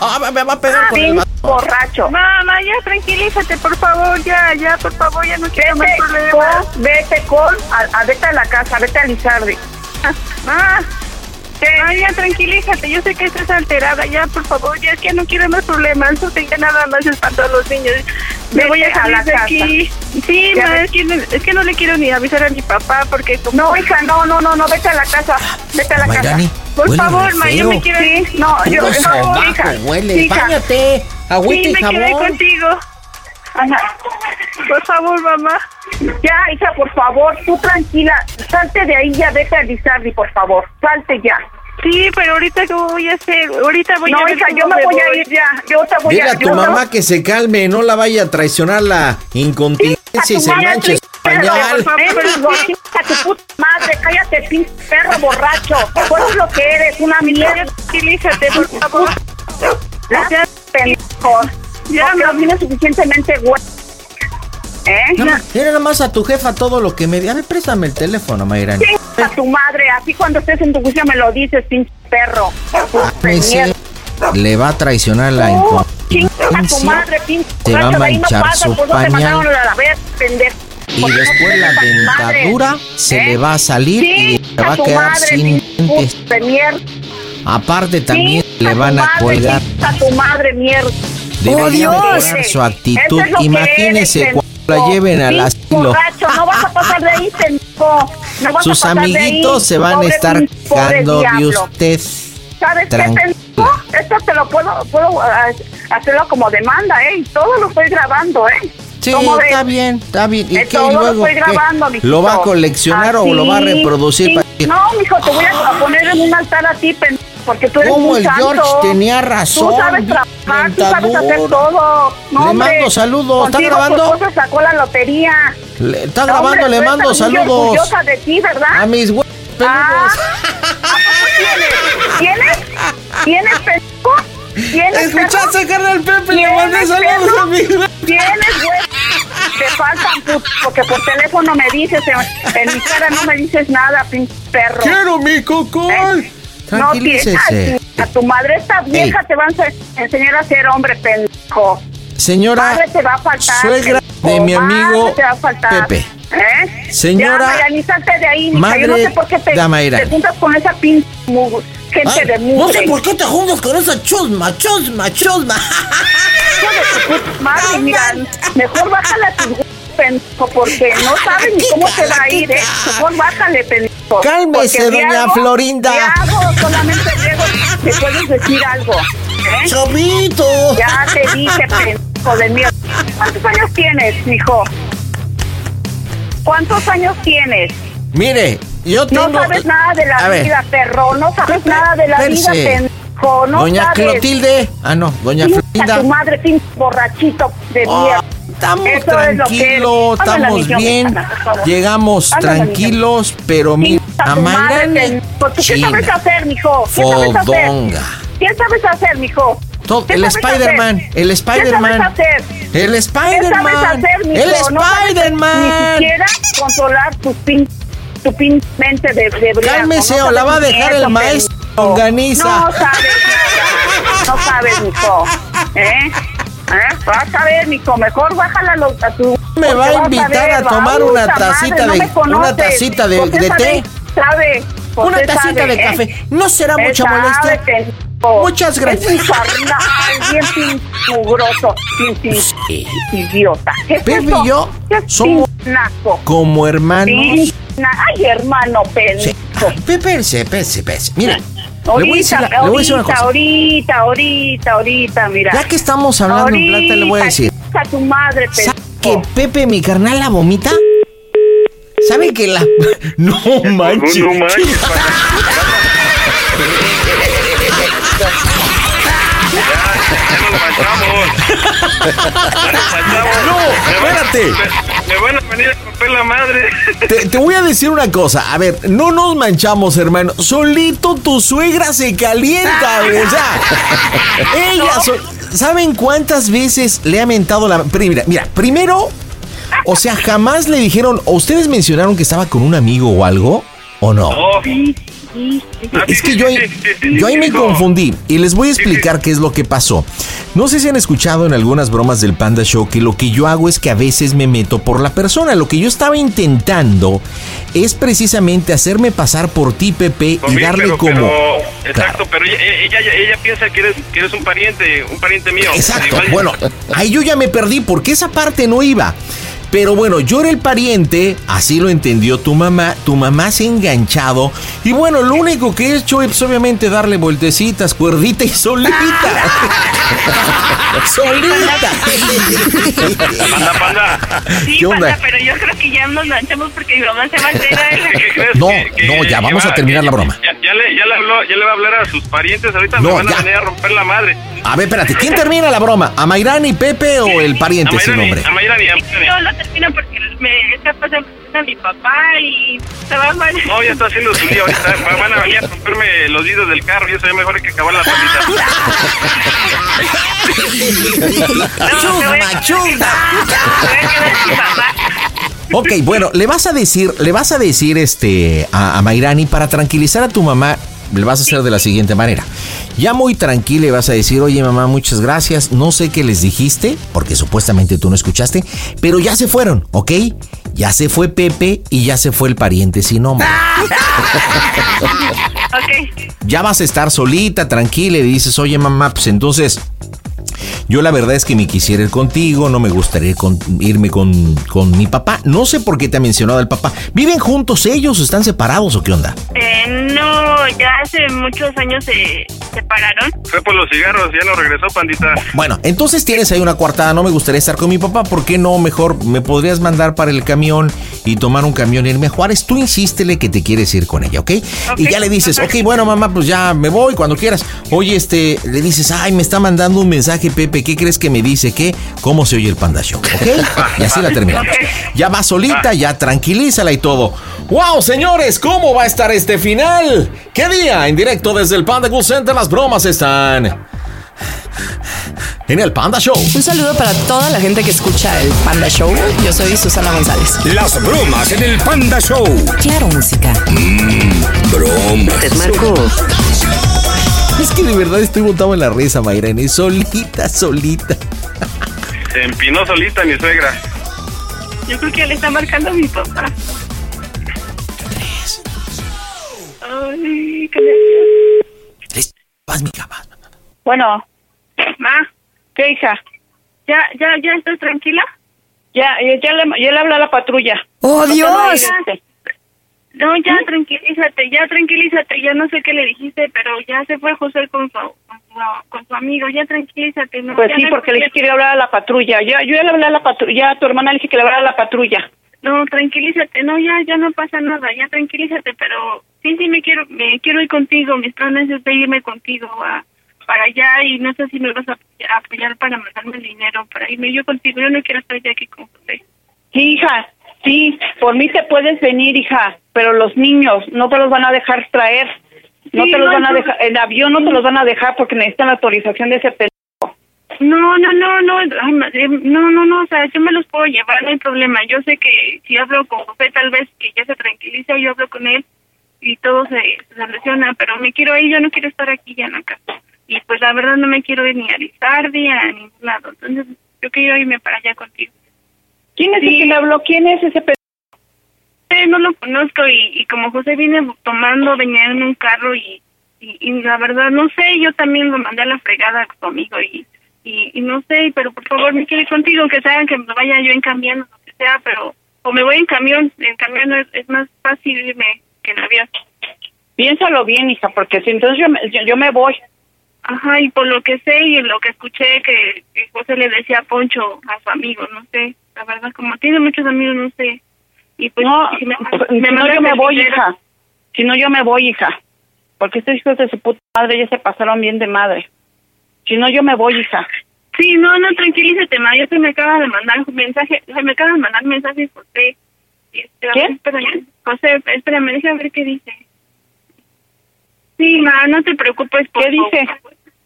Ah, me- me va a pegar con el Pinche bastón. borracho. Mamá, ya tranquilízate, por favor, ya, ya, por favor, ya no quiero más Vete problemas. con, vete con, a, a- vete a la casa, vete a *laughs* Lizardi. Mamá, Mamá, Ah, ya tranquilízate, yo sé que estás alterada, ya, por favor, ya es que no quiero más problemas, no tenga nada más espanto a los niños. Me Vete voy a a salir la de casa. aquí. Sí, Ya ma, ves. es que, no, es que no le quiero ni avisar a mi papá porque como... No, hija, no, no, no, no, vete a la casa, vete a la casa. Mayrani, Por huele favor, re ma, yo feo. me quiero ir. Sí, no, yo, Puro por favor, sobaco, hija, huele. hija. Báñate, agüita Sí, y me quedé jabón. contigo. Ajá. Por favor, mamá. Ya, hija, por favor, tú tranquila, salte de ahí ya, vete a Lizardi, por favor, salte ya. Sí, pero ahorita cómo voy a hacer, ahorita voy a no, ver hija, cómo yo me voy, a voy. ir ya, yo te voy Dile a a tu mamá que se calme, no la vaya a traicionar la incontinencia y se madre, manche su pañal. favor. a tu puta madre, cállate, pinche perro borracho. Tú eres lo que eres, una Ya mierda, tranquilízate, por favor. ya, pendejo. Ya, Porque no mamá. tienes suficientemente güey. ¿Eh? Nada más- Mira nada más a tu jefa todo lo que me di. A ver, préstame el teléfono, Mayrani. Chinga A tu madre, así cuando estés en tu juicio me lo dices, pinche perro. Ah, Puta de Ese mierda. le va a traicionar la Oh, chinga a tu incontinencia madre, pinche Te va a borracho, de ahí no manchar pasa, su por eso te pañal. mandaron a la vez, pendejo. y Porque no después la tienes madre. dentadura se ¿Eh? le va a salir y Sí, le va a tu quedar madre, sin pinche dientes. puta de mierda. Aparte también Sí, le a van tu a madre, colgar. sí, A tu madre, mierda. Debería ¡Oh, Dios! mejorar su actitud. Eso es lo que Imagínese eres, cuando la pendejo. lleven al Sí, asilo. borracho, no vas a pasar de ahí, pendejo. No vas a Sus pasar de ahí, amiguitos se van a pobre estar pinche, pobre cagando de diablo. usted. ¿Sabes qué, Tranquila. pendejo? Esto te lo puedo, puedo ah, hacerlo como demanda, ¿eh? Y todo lo estoy grabando, ¿eh? Sí, ¿Cómo ves? está bien, está bien. ¿Y Eh, qué? todo ¿Y lo luego estoy qué? grabando, mijito. ¿Lo va a coleccionar o lo va a Así, reproducir? sí. para que- No, mijo, te voy a, a poner en un altar a ti, pendejo, porque tú eres Como un el santo. George tenía razón. Tú sabes bien trabajar, tú sabes tentador. hacer todo. Le No, hombre, mando saludos, ¿está contigo tu grabando? esposa sacó la lotería. Le- está No, hombre, grabando, le tú mando estás muy saludos orgullosa de ti, ¿verdad? a mis güeyes Ah, peludos. ¿a poco ¿Tienes? ¿Tienes? ¿Tienes pesco? ¿Tienes perro? ¿Escuchaste, carnal Pepe? Le ¿Tienes *laughs* mandé saludos perro? a mi güey. ¿Tienes, güey? Te faltan, put- porque por teléfono me dices, en, en mi cara no me dices nada, pinche perro. Eh, ¡Quiero mi cocón! No tienes. Tranquilícese. A tu madre, esta vieja Ey. te van a ense- enseñar a ser hombre, pendejo. Señora, Padre te va a faltar. suegra de comadre mi amigo te va a faltar. Pepe. ¿Eh? Señora- Ya, Mayra, ni salte de ahí, mija. Yo no Madre sé por qué te, da Mayra. te juntas con esa pin mu- gente Ay, de mugre. Ah, no sé por qué te juntas con esa chusma, chusma, chusma. *laughs* Hijo de tu Madre, mira, mejor bájale a tus gustos, pendejo, porque no sabes ni cómo te va a ir, ¿eh? Mejor bájale, pendejo. Cálmese, Porque de doña algo- Florinda. de algo *laughs* solamente luego te puedes decir algo, ¿eh? Chavito. Ya te dije, pendejo de mierda. ¿Cuántos años tienes, hijo? ¿Cuántos años tienes? Mire, yo No tengo. sabes nada de la A ver, vida, perro. No sabes nada de la vida, espérese. pendejo. No doña sabes. Clotilde. Ah, no, doña Pincha tu Florinda. madre, pinche borrachito de Oh, mierda. estamos Eso es lo que eres. tranquilos, Ándale, estamos niño, bien. ándale, por favor. Llegamos Ándale, niño. tranquilos, pero mira, Pincha a tu madre, Mayrani, pendejo. ¿Tú ¿Qué China. sabes hacer, mijo? ¿Qué sabes hacer? Fodonga. ¿Qué sabes hacer, mijo? Todo- ¿Qué el sabes Spider-Man, hacer? el Spider-Man. ¿Qué sabes hacer? El ¿Qué sabes Spider-Man. hacer, mijo? El No sabes Ni Spider-Man. siquiera controlar tu pin, tu pin mente de, de briago. Cálmese No o la sabes va a ni dejar eso, el maestro pendejo. Longaniza. No sabes, nada. no sabes, mijo. ¿Eh? ¿Eh? Vas a ver, mijo, mejor bájala a los- a tu... Me va a porque vas invitar a tomar babosa una tacita no de- me una conoces. tacita de- Usted de sabe- té. Sabe. Una usted tacita sabe, de ¿eh? café. No será Usted mucha sabe, molestia. pendejo. Muchas gracias. Es un carnal bien pinturoso, bien pin- Sí. idiota. ¿Qué es Pepe y eso? yo ¿Qué es somos pinnaco? Como hermanos. Pinna- Ay, hermano, Sí. pendejo. Ay, Espérese, espérese, espérese. Mire, le voy a decir, Ahorita, la- le voy a ahorita, decir una cosa. ahorita, ahorita, ahorita, mira. Ya que estamos hablando Ahorita, en plata, le voy a decir. A tu madre, ¿Sabe que pendejo. Eh, Pepe, mi carnal, la vomita? ¿Sabe que la.? *laughs* No manches. No manches, pana. Ya, ya nos manchamos. Ya nos manchamos. No, Me van- espérate. Me, me van a venir a romper la madre. *laughs* Te, te voy a decir una cosa. A ver, no nos manchamos, hermano. Solito tu suegra se calienta, o sea, Ella. so- ¿Saben cuántas veces le ha mentado la.? pri- Mira, mira, primero. O sea, jamás le dijeron. ¿o ¿Ustedes mencionaron que estaba con un amigo o algo? ¿O no? Oh. Ah, sí, Es que sí, yo ahí, sí, sí, sí, yo ahí me hijo. confundí y les voy a explicar qué es lo que pasó. No sé si han escuchado en algunas bromas del Panda Show que lo que yo hago es que a veces me meto por la persona. Lo que yo estaba intentando es precisamente hacerme pasar por ti, Pepe, y Conmigo, darle pero- como... pero- Claro. exacto, pero ella, ella, ella- ella piensa que eres, que eres un pariente, un pariente mío. Exacto. Igual- Bueno, ahí yo ya me perdí porque esa parte no iba. Pero bueno, yo era el pariente, así lo entendió tu mamá, tu mamá se ha enganchado y bueno, lo único que he hecho es obviamente darle vueltecitas, cuerdita y solita. *laughs* *laughs* solita. Panda, panda. Sí, ¿Qué onda? panda, pero yo creo que ya nos lanchamos porque mi mamá se va a enterar. ¿Qué crees? No, Que- que- no, ya, que vamos a terminar la broma. Ya, ya le, ya, le habló- ya le va a hablar a sus parientes, ahorita No, me van ya. a venir a romper la madre. A ver, espérate, ¿quién termina la broma? ¿A Mayrani, Pepe o el pariente sin Amairani, nombre? Amairani, Amairani. Yo lo termino porque me está pasando a mi papá y se va a mal. No, ya está haciendo su día ahorita. *laughs* Va- Van a venir a romperme los vidrios del carro y eso ya mejor hay que acabar *laughs* la patita. Chusma, chusma. Se va a quedar sin papá. Ok, bueno, le vas a decir, le vas a decir este a, a Mayrani para tranquilizar a tu mamá. Le vas a hacer de la siguiente manera. Ya muy tranquila y vas a decir, oye mamá, muchas gracias. No sé qué les dijiste, porque supuestamente tú no escuchaste, pero ya se fueron, ¿ok? Ya se fue Pepe y ya se fue el pariente sin nombre. Ok, Ya vas a estar solita, tranquila y dices, oye mamá, pues entonces yo la verdad es que me quisiera ir contigo, no me gustaría ir con- irme con, con mi papá. No sé por qué te ha mencionado el papá. ¿Viven juntos ellos o están separados o qué onda? eh, no, ya hace muchos años eh, se separaron. Fue por los cigarros, ya no regresó, pandita. Bueno, entonces tienes ahí una coartada, no me gustaría estar con mi papá, ¿por qué no? Mejor me podrías mandar para el camión y tomar un camión y irme a Juárez. Tú insístele que te quieres ir con ella, ¿ok? Y ya le dices, ok, bueno mamá, pues ya me voy cuando quieras. Oye, este, le dices, ay, me está mandando un mensaje Pepe, ¿qué crees que me dice? ¿Qué? ¿Cómo se oye el panda show? ¿Ok? Y así la terminamos. Ya va solita, ya tranquilízala y todo. ¡Wow, señores! ¿Cómo va a estar este final? ¿Qué día? En directo desde el Panda Cool Center las bromas están en el Panda Show. Un saludo para toda la gente que escucha el Panda Show. Yo soy Susana González. Las bromas en el Panda Show. Claro, música. Mm, Broma. Es que de verdad estoy montado en la risa, Mayrene. Solita, solita. Se empinó solita mi suegra. Yo creo que le está marcando a mi papá. Ay, qué Vas, mi cama. Bueno. Ma. ¿Qué hija? ¿Ya, ya, ya estás tranquila? eh, Ya, ya, ya le, ya le habla a la patrulla. ¡Oh, No te Dios! vayas, este. No, ya ¿Mm? tranquilízate, ya tranquilízate. Ya no sé qué le dijiste, pero ya se fue José con su, con su, con su amigo. Ya tranquilízate. No, Pues ya sí, no- porque le dije que le hablara a la patrulla. Ya, yo ya le hablé a la patrulla, a tu hermana le dije que le hablara a la patrulla. No, tranquilízate. No, ya, ya no pasa nada. Ya tranquilízate, pero sí, sí me quiero, me quiero ir contigo. Mis planes es de irme contigo a, para allá y no sé si me vas a apoyar- apoyar para mandarme el dinero para irme yo contigo. Yo no quiero estar ya aquí con José. Sí, hija, sí, por mí te puedes venir, hija, pero los niños no te los van a dejar traer. No Sí, te los no, van a no. dejar, el avión no te los van a dejar porque necesitan la autorización de ese pendejo. No, no, no, no, ay, madre, no, no, no, o sea, yo me los puedo llevar, no hay problema. Yo sé que si hablo con José, tal vez que ya se tranquiliza, yo hablo con él y todo se se soluciona, pero me quiero ir, yo no quiero estar aquí ya en la casa. Y pues la verdad no me quiero ir ni a Lizardia, a ningún lado. Entonces yo quiero irme para allá contigo. ¿Quién es el Sí. que le habló? ¿Quién es ese pendejo? Eh, no lo conozco y, y como José viene tomando, venía en un carro y, y, y la verdad no sé, yo también lo mandé a la fregada conmigo y, y, y no sé, pero por favor me quiero ir contigo, que saben que me vaya yo en camión, lo que sea, pero o me voy en camión, en camión es, es más fácil irme que en avión. Piénsalo bien, hija, porque si entonces yo, me- yo, yo me voy. Ajá, y por lo que sé y lo que escuché que que José le decía a Poncho, a su amigo, no sé, la verdad, como tiene muchos amigos, no sé. Y pues No, si me- si me no mandas yo me el voy, dinero- hija. Si no yo me voy, hija. Porque estos hijos de su puta madre ya se pasaron bien de madre. Si no yo me voy, hija. Sí, no, no, tranquilízate, ma. Ya se me acaba de mandar un mensaje. Se me acaba de mandar mensaje José. Este, a ver, Espérame, José, espérame, déjame ver qué dice. Sí, ma, no te preocupes por... ¿Qué dice?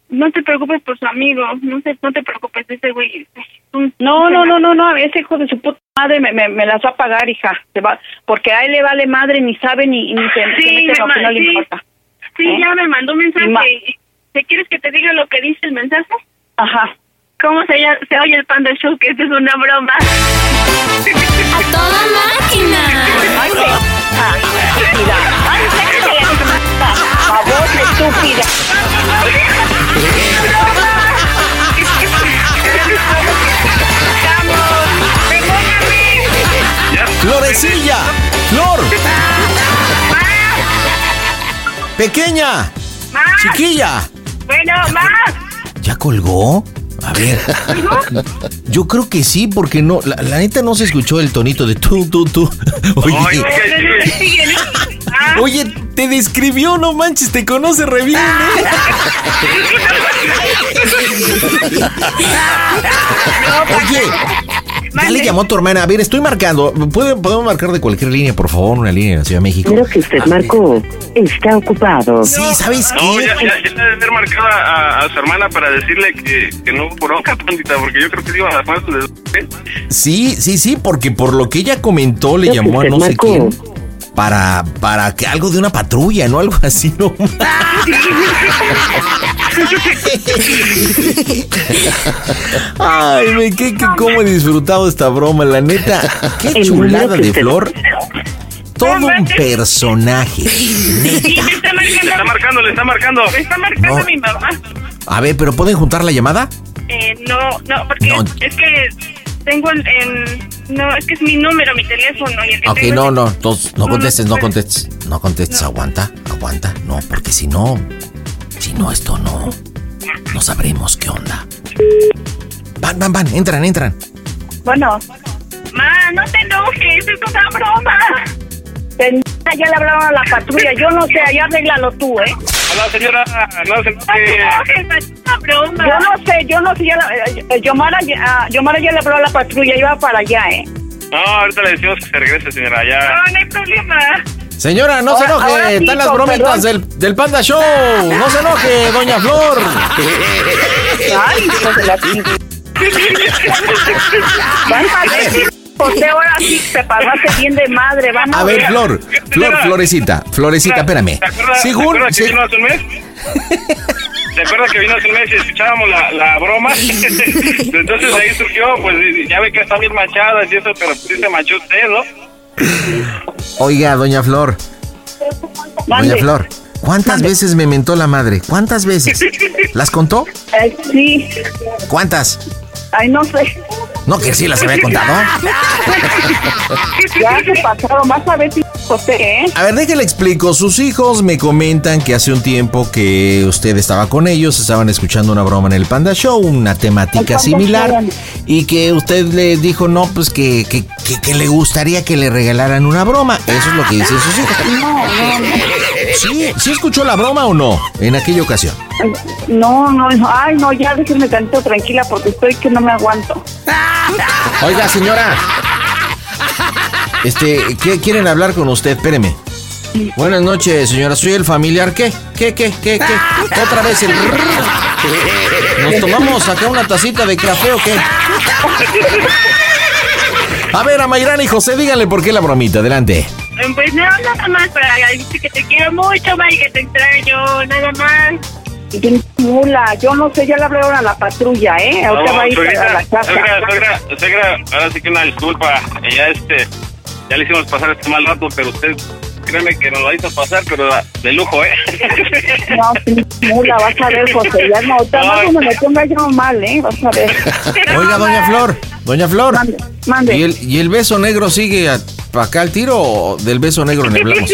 No te preocupes por su amigo. No, se, no te preocupes de ese güey. No, no, no, no, no, ese hijo de su puta madre me, me, me las va a pagar, hija. Se va, porque a él le vale madre, ni sabe ni, ni se, se Sí, mete en lo mamá, que no le sí. importa. Sí, ¿Eh? ya me mandó un mensaje. Ma- y- ¿Te quieres que te diga lo que dice el mensaje? Ajá. ¿Cómo se, ya- se oye el Panda Show? Que esto es una broma. ¡A toda máquina! ¡Ay, estúpida! ¡Ay, ¡A vos, estúpida! Florecilla, Flor. Pequeña, ¡Más! chiquilla. Bueno, más. ¿Ya colgó? A ver. Yo creo que sí, porque no, la, la neta no se escuchó el tonito de tú, tú, tú. Oye, oye, te describió, no manches, te conoce re bien, ¿eh? Oye, ya le llamó a tu hermana. A ver, estoy marcando. ¿Puedo- ¿Podemos marcar de cualquier línea, por favor? Una línea de la Ciudad de México. Ah, eh. Creo que usted marcó. Está ocupado. Sí, ¿sabes qué? No, ya, ya, ya le debe haber marcado a, a su hermana para decirle que, que no hubo bronca, pandita, porque yo creo que se iban a armar su desmadre. Sí, sí, sí, porque por lo que ella comentó le Creo que llamó a usted no sé marcó. quién para para que algo de una patrulla, no algo así, no. Ay, me qué, qué cómo he disfrutado esta broma, la neta. Qué El chulada número que de usted- flor. Todo un personaje. Sí, me está marcando. Le está marcando, le está marcando. Me está marcando No. mi mamá. A ver, pero pueden juntar la llamada? Eh, no, no, porque No. es que tengo el, en- No, es que es mi número, mi teléfono. Y el Este, que Ok, tengo no, es- no, entonces, no No, no, contestes, no espera. contestes, no contestes, aguanta, aguanta, no, porque si no, si no esto no, no sabremos qué onda. Van, van, van, entran, entran. Bueno, Ma, no te enojes, es una broma. pendeja, ya le hablaron a la patrulla. Yo no sé, allá arréglalo tú, ¿eh? Hola, señora. No se No te enojes, ma, es una broma. Yo no sé, yo no sé, ya la- eh, eh, Yomara, ya- ah, Yomara ya le habló a la patrulla, iba para allá, *laughs* ¿eh? No, ahorita le decimos que se regrese, señora. Ya. No, no hay problema. Señora, no Ahora- se enoje, ahora sí, están las con bromitas perdón. del, del Panda Show, no se enoje, doña Flor. Ay, hijo de la chingada. Van a ver, José, ahora sí te pagaste bien de madre. Van a, A ver, Flor, Flor, Florecita, Florecita, espérame. ¿Te acuerdas, Según, ¿te acuerdas que se- vino hace un mes? ¿Te acuerdas que vino hace un mes y escuchábamos la, la broma? *laughs* Entonces ahí surgió, pues ya ve que están bien manchadas y eso, pero sí se manchó usted, ¿no? Oiga, doña Flor. Mande. Doña Flor, ¿cuántas veces me mentó la madre? ¿Cuántas *laughs* veces? ¿Las contó? Eh, sí, ¿Cuántas? ay, no sé. No, que sí las había contado. Ya se pasaron, vas a ver si José, ¿eh? A ver, déjale explico. Sus hijos me comentan que hace un tiempo que usted estaba con ellos, estaban escuchando una broma en el Panda Show, una temática similar, y que usted le dijo, no, pues que, que, que- que le gustaría que le regalaran una broma. Eso es lo que dicen sus hijos. ¿Sí, ¿Sí escuchó la broma o no en aquella ocasión? No, no, no, ay, no, ya déjenme tantito tranquila porque estoy que no me aguanto. Oiga, señora. Este, ¿qué quieren hablar con usted? Espéreme. Buenas noches, señora. Soy el familiar. ¿Qué? ¿Qué? ¿Qué? ¿Qué? ¿Qué? Otra vez el... ¿Nos tomamos acá una tacita de café o qué? A ver, a Mayrán y José, díganle por qué la bromita. Adelante. Pues no, nada más para decirte que te quiero mucho, May, que te extraño, nada más. Y yo, Mula, yo no sé, ya le hablaron a la patrulla, ¿eh? Ahorita va a ir suegra, a la *laughs* casa. Suegra, suegra, suegra, ahora sí que una disculpa. Ya este, ya le hicimos pasar este mal rato, pero usted, créeme que nos lo hizo pasar, pero de lujo, ¿eh? No, sí, Mula, vas a ver, José, ya no, ahorita no cuando me ponga yo mal, ¿eh? Vas a ver. Oiga, doña Flor. Doña Flor. ¿Y el, y el beso negro sigue a- pa' acá al tiro o del beso negro le hablamos?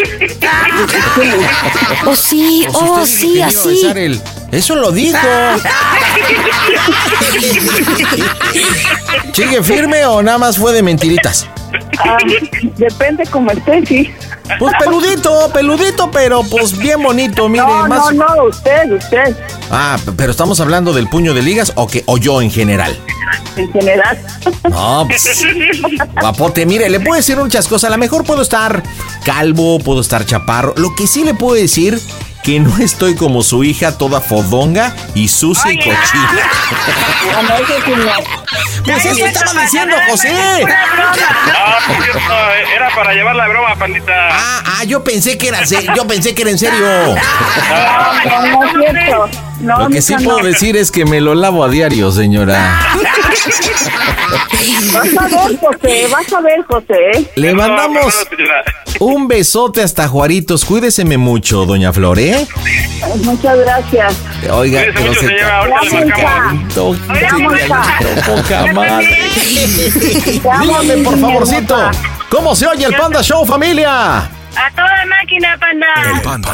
Oh, sí, Pues oh, usted dijo sí, que me iba a así. besar el- Eso lo dijo. ¿Sigue firme o nada más fue de mentiritas? Ah, depende como esté, sí. Pues peludito, peludito, pero pues bien bonito, mire. No, más- no, no, usted, usted, Ah, p- pero estamos hablando del puño de ligas o que o yo en general. en general. No, pues, guapote, mire, le puedo decir muchas cosas. A lo mejor puedo estar calvo, puedo estar chaparro. Lo que sí le puedo decir que no estoy como su hija toda fodonga y sucia y cochina. Pues eso estaba diciendo José. No, Ah, pues, eh, era para llevar la broma, pandita. Ah, ah, yo pensé que era, se- yo pensé que era en serio. No, no es cierto. No, Lo que mija, sí no. puedo decir es que me lo lavo a diario, señora. Vas a ver, José, vas a ver, José. ¿eh? Le mandamos un besote hasta Juaritos. Cuídeseme mucho, doña Flor, ¿eh? Muchas gracias. Oiga, pero se- Gracias, hija. Todo- Gracias, hija. poca madre. Te amo, Dígame, mi por niña favorcito, hermosa. ¿cómo se oye el Panda Show, familia? A toda máquina, panda.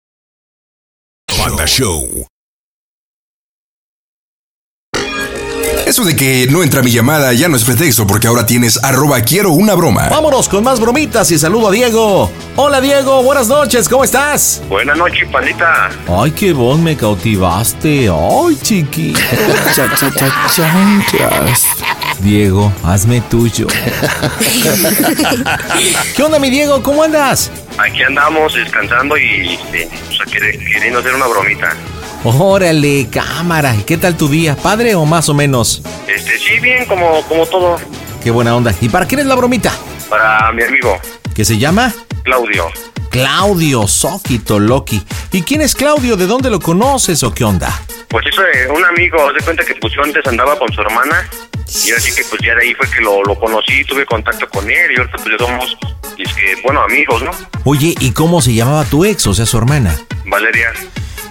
Panda Show. Eso de que no entra mi llamada ya no es pretexto porque ahora tienes arroba quiero una broma. Vámonos con más bromitas y saludo a Diego. Hola Diego, buenas noches, ¿cómo estás? Buenas noches, pandita. Ay, qué vos me cautivaste. Ay, chiquito. Cha, cha, cha, chanclas. Diego, hazme tuyo. ¿Qué onda, mi Diego? ¿Cómo andas? *laughs* Aquí andamos descansando y este, o sea, quer- queriendo hacer una bromita. Órale, cámara. ¿Qué tal tu día? ¿Padre o más o menos? Este, sí, bien, como, como todo. Qué buena onda. ¿Y para quién es la bromita? Para mi amigo, ¿Qué se llama? Claudio. Claudio Soquito Loki. ¿Y quién es Claudio? ¿De dónde lo conoces o qué onda? Pues eso, eh, un amigo, se cuenta que pues yo antes andaba con su hermana y así que pues ya de ahí fue que lo, lo conocí, tuve contacto con él y ahorita pues ya somos, dizque, bueno, amigos, ¿no? Oye, ¿y cómo se llamaba tu ex, o sea, su hermana? Valeria.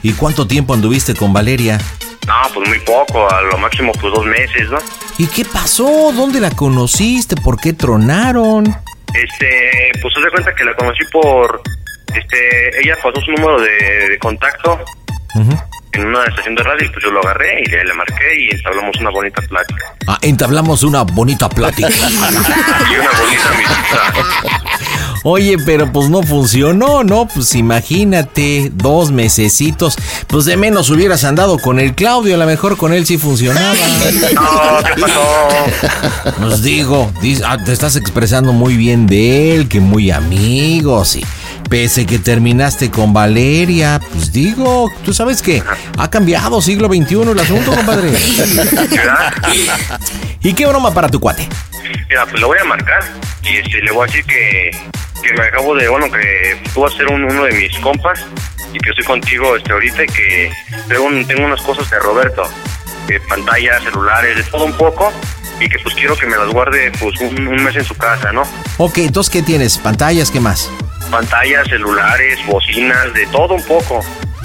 ¿Y cuánto tiempo anduviste con Valeria? No, pues muy poco, a lo máximo pues dos meses, ¿no? ¿Y qué pasó? ¿Dónde la conociste? ¿Por qué tronaron? Este, pues se da cuenta que la conocí por, este, ella pasó su número de, de contacto en una estación de radio y pues yo lo agarré y le, le marqué y entablamos una bonita plática. Ah, entablamos una bonita plática. y una bonita amistad. *laughs* Oye, pero pues no funcionó, ¿no? Pues imagínate, dos mesecitos. Pues de menos hubieras andado con el Claudio, a lo mejor con él sí funcionaba. No, ¿qué pasó? Nos digo, dis- ah, te estás expresando muy bien de él, que muy amigos y pese que terminaste con Valeria, pues digo, tú sabes que ha cambiado siglo XXI el asunto, *laughs* compadre. ¿Y qué broma para tu cuate? Mira, pues lo voy a marcar y este, le voy a decir que, que me acabo de, bueno, que tú vas a ser un- uno de mis compas y que estoy contigo este, ahorita y que tengo, un- tengo unas cosas de Roberto, de pantallas, celulares, de todo un poco y que pues quiero que me las guarde pues un, un mes en su casa, ¿no? Ok, entonces, ¿qué tienes? ¿Pantallas? ¿Qué más? Pantallas, celulares, bocinas, de todo un poco,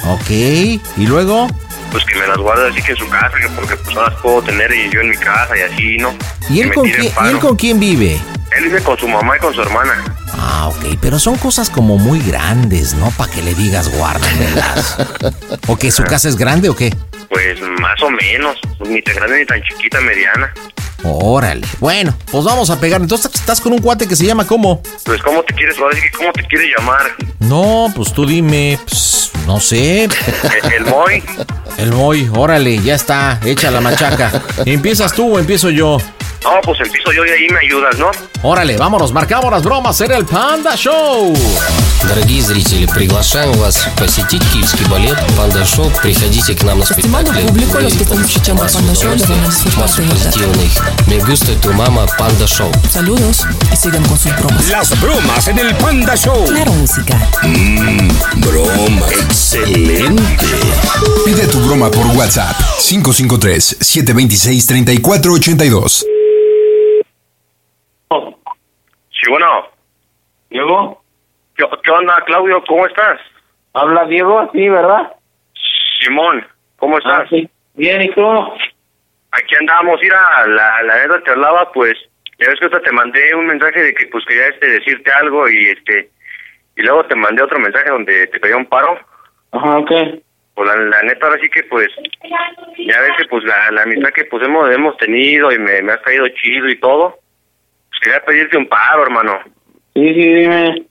Ok, y luego, pues que me las guarde así que en su casa, que porque pues no las puedo tener y yo en mi casa y así, ¿no? ¿y Que él, me con tire quién, paro. ¿y él con quién vive? Él vive con su mamá y con su hermana. Ah, ok, pero son cosas como muy grandes, ¿no? Para que le digas *laughs* guárdamelas. ¿O que su casa es grande o qué? Pues más o menos, ni tan grande ni tan chiquita, mediana. Órale. Bueno, pues vamos a pegar. Entonces estás con un cuate que se llama ¿cómo? Pues cómo te quieres, ahora sí que cómo te quiere llamar. No, pues tú dime. pues, no sé. El, el boy, El boy, órale, ya está. Echa la *laughs* machaca. ¿Empiezas tú o empiezo yo? no, pues empiezo yo y ahí me ayudas, ¿no? Órale, vámonos, marcamos las bromas en el Panda Show. Дорогие зрители, приглашаем вас посетить Киевский балет «Панда Шоу». Приходите к нам на Estimado спектакль. público, los que están escuchando a Panda Show le van a disfrutar de verdad. Позитивный. Me gusta tu mama «Панда Шоу». Saludos y sigan con sus bromas. Las bromas en el Panda Show. Claro, música. Mmm, broma. Excelente. Pide tu broma por WhatsApp 553-726-3482. Sí, bueno. ¿Diego? ¿Qué, qué onda, Claudio? ¿Cómo estás? Habla Diego, sí, ¿verdad? Simón, ¿cómo estás? Bien, ¿y tú? Aquí andamos, mira, la, la neta te hablaba, pues, ya ves que ahorita te mandé un mensaje de que pues quería este, decirte algo y este, y luego te mandé otro mensaje donde te pedía un paro. Ajá, ok. Pues la, la neta ahora sí que pues ya ves que pues la, la amistad que pues hemos, hemos tenido y me, me has caído chido y todo. Pues quería pedirte un paro, hermano. Sí, sí, dime.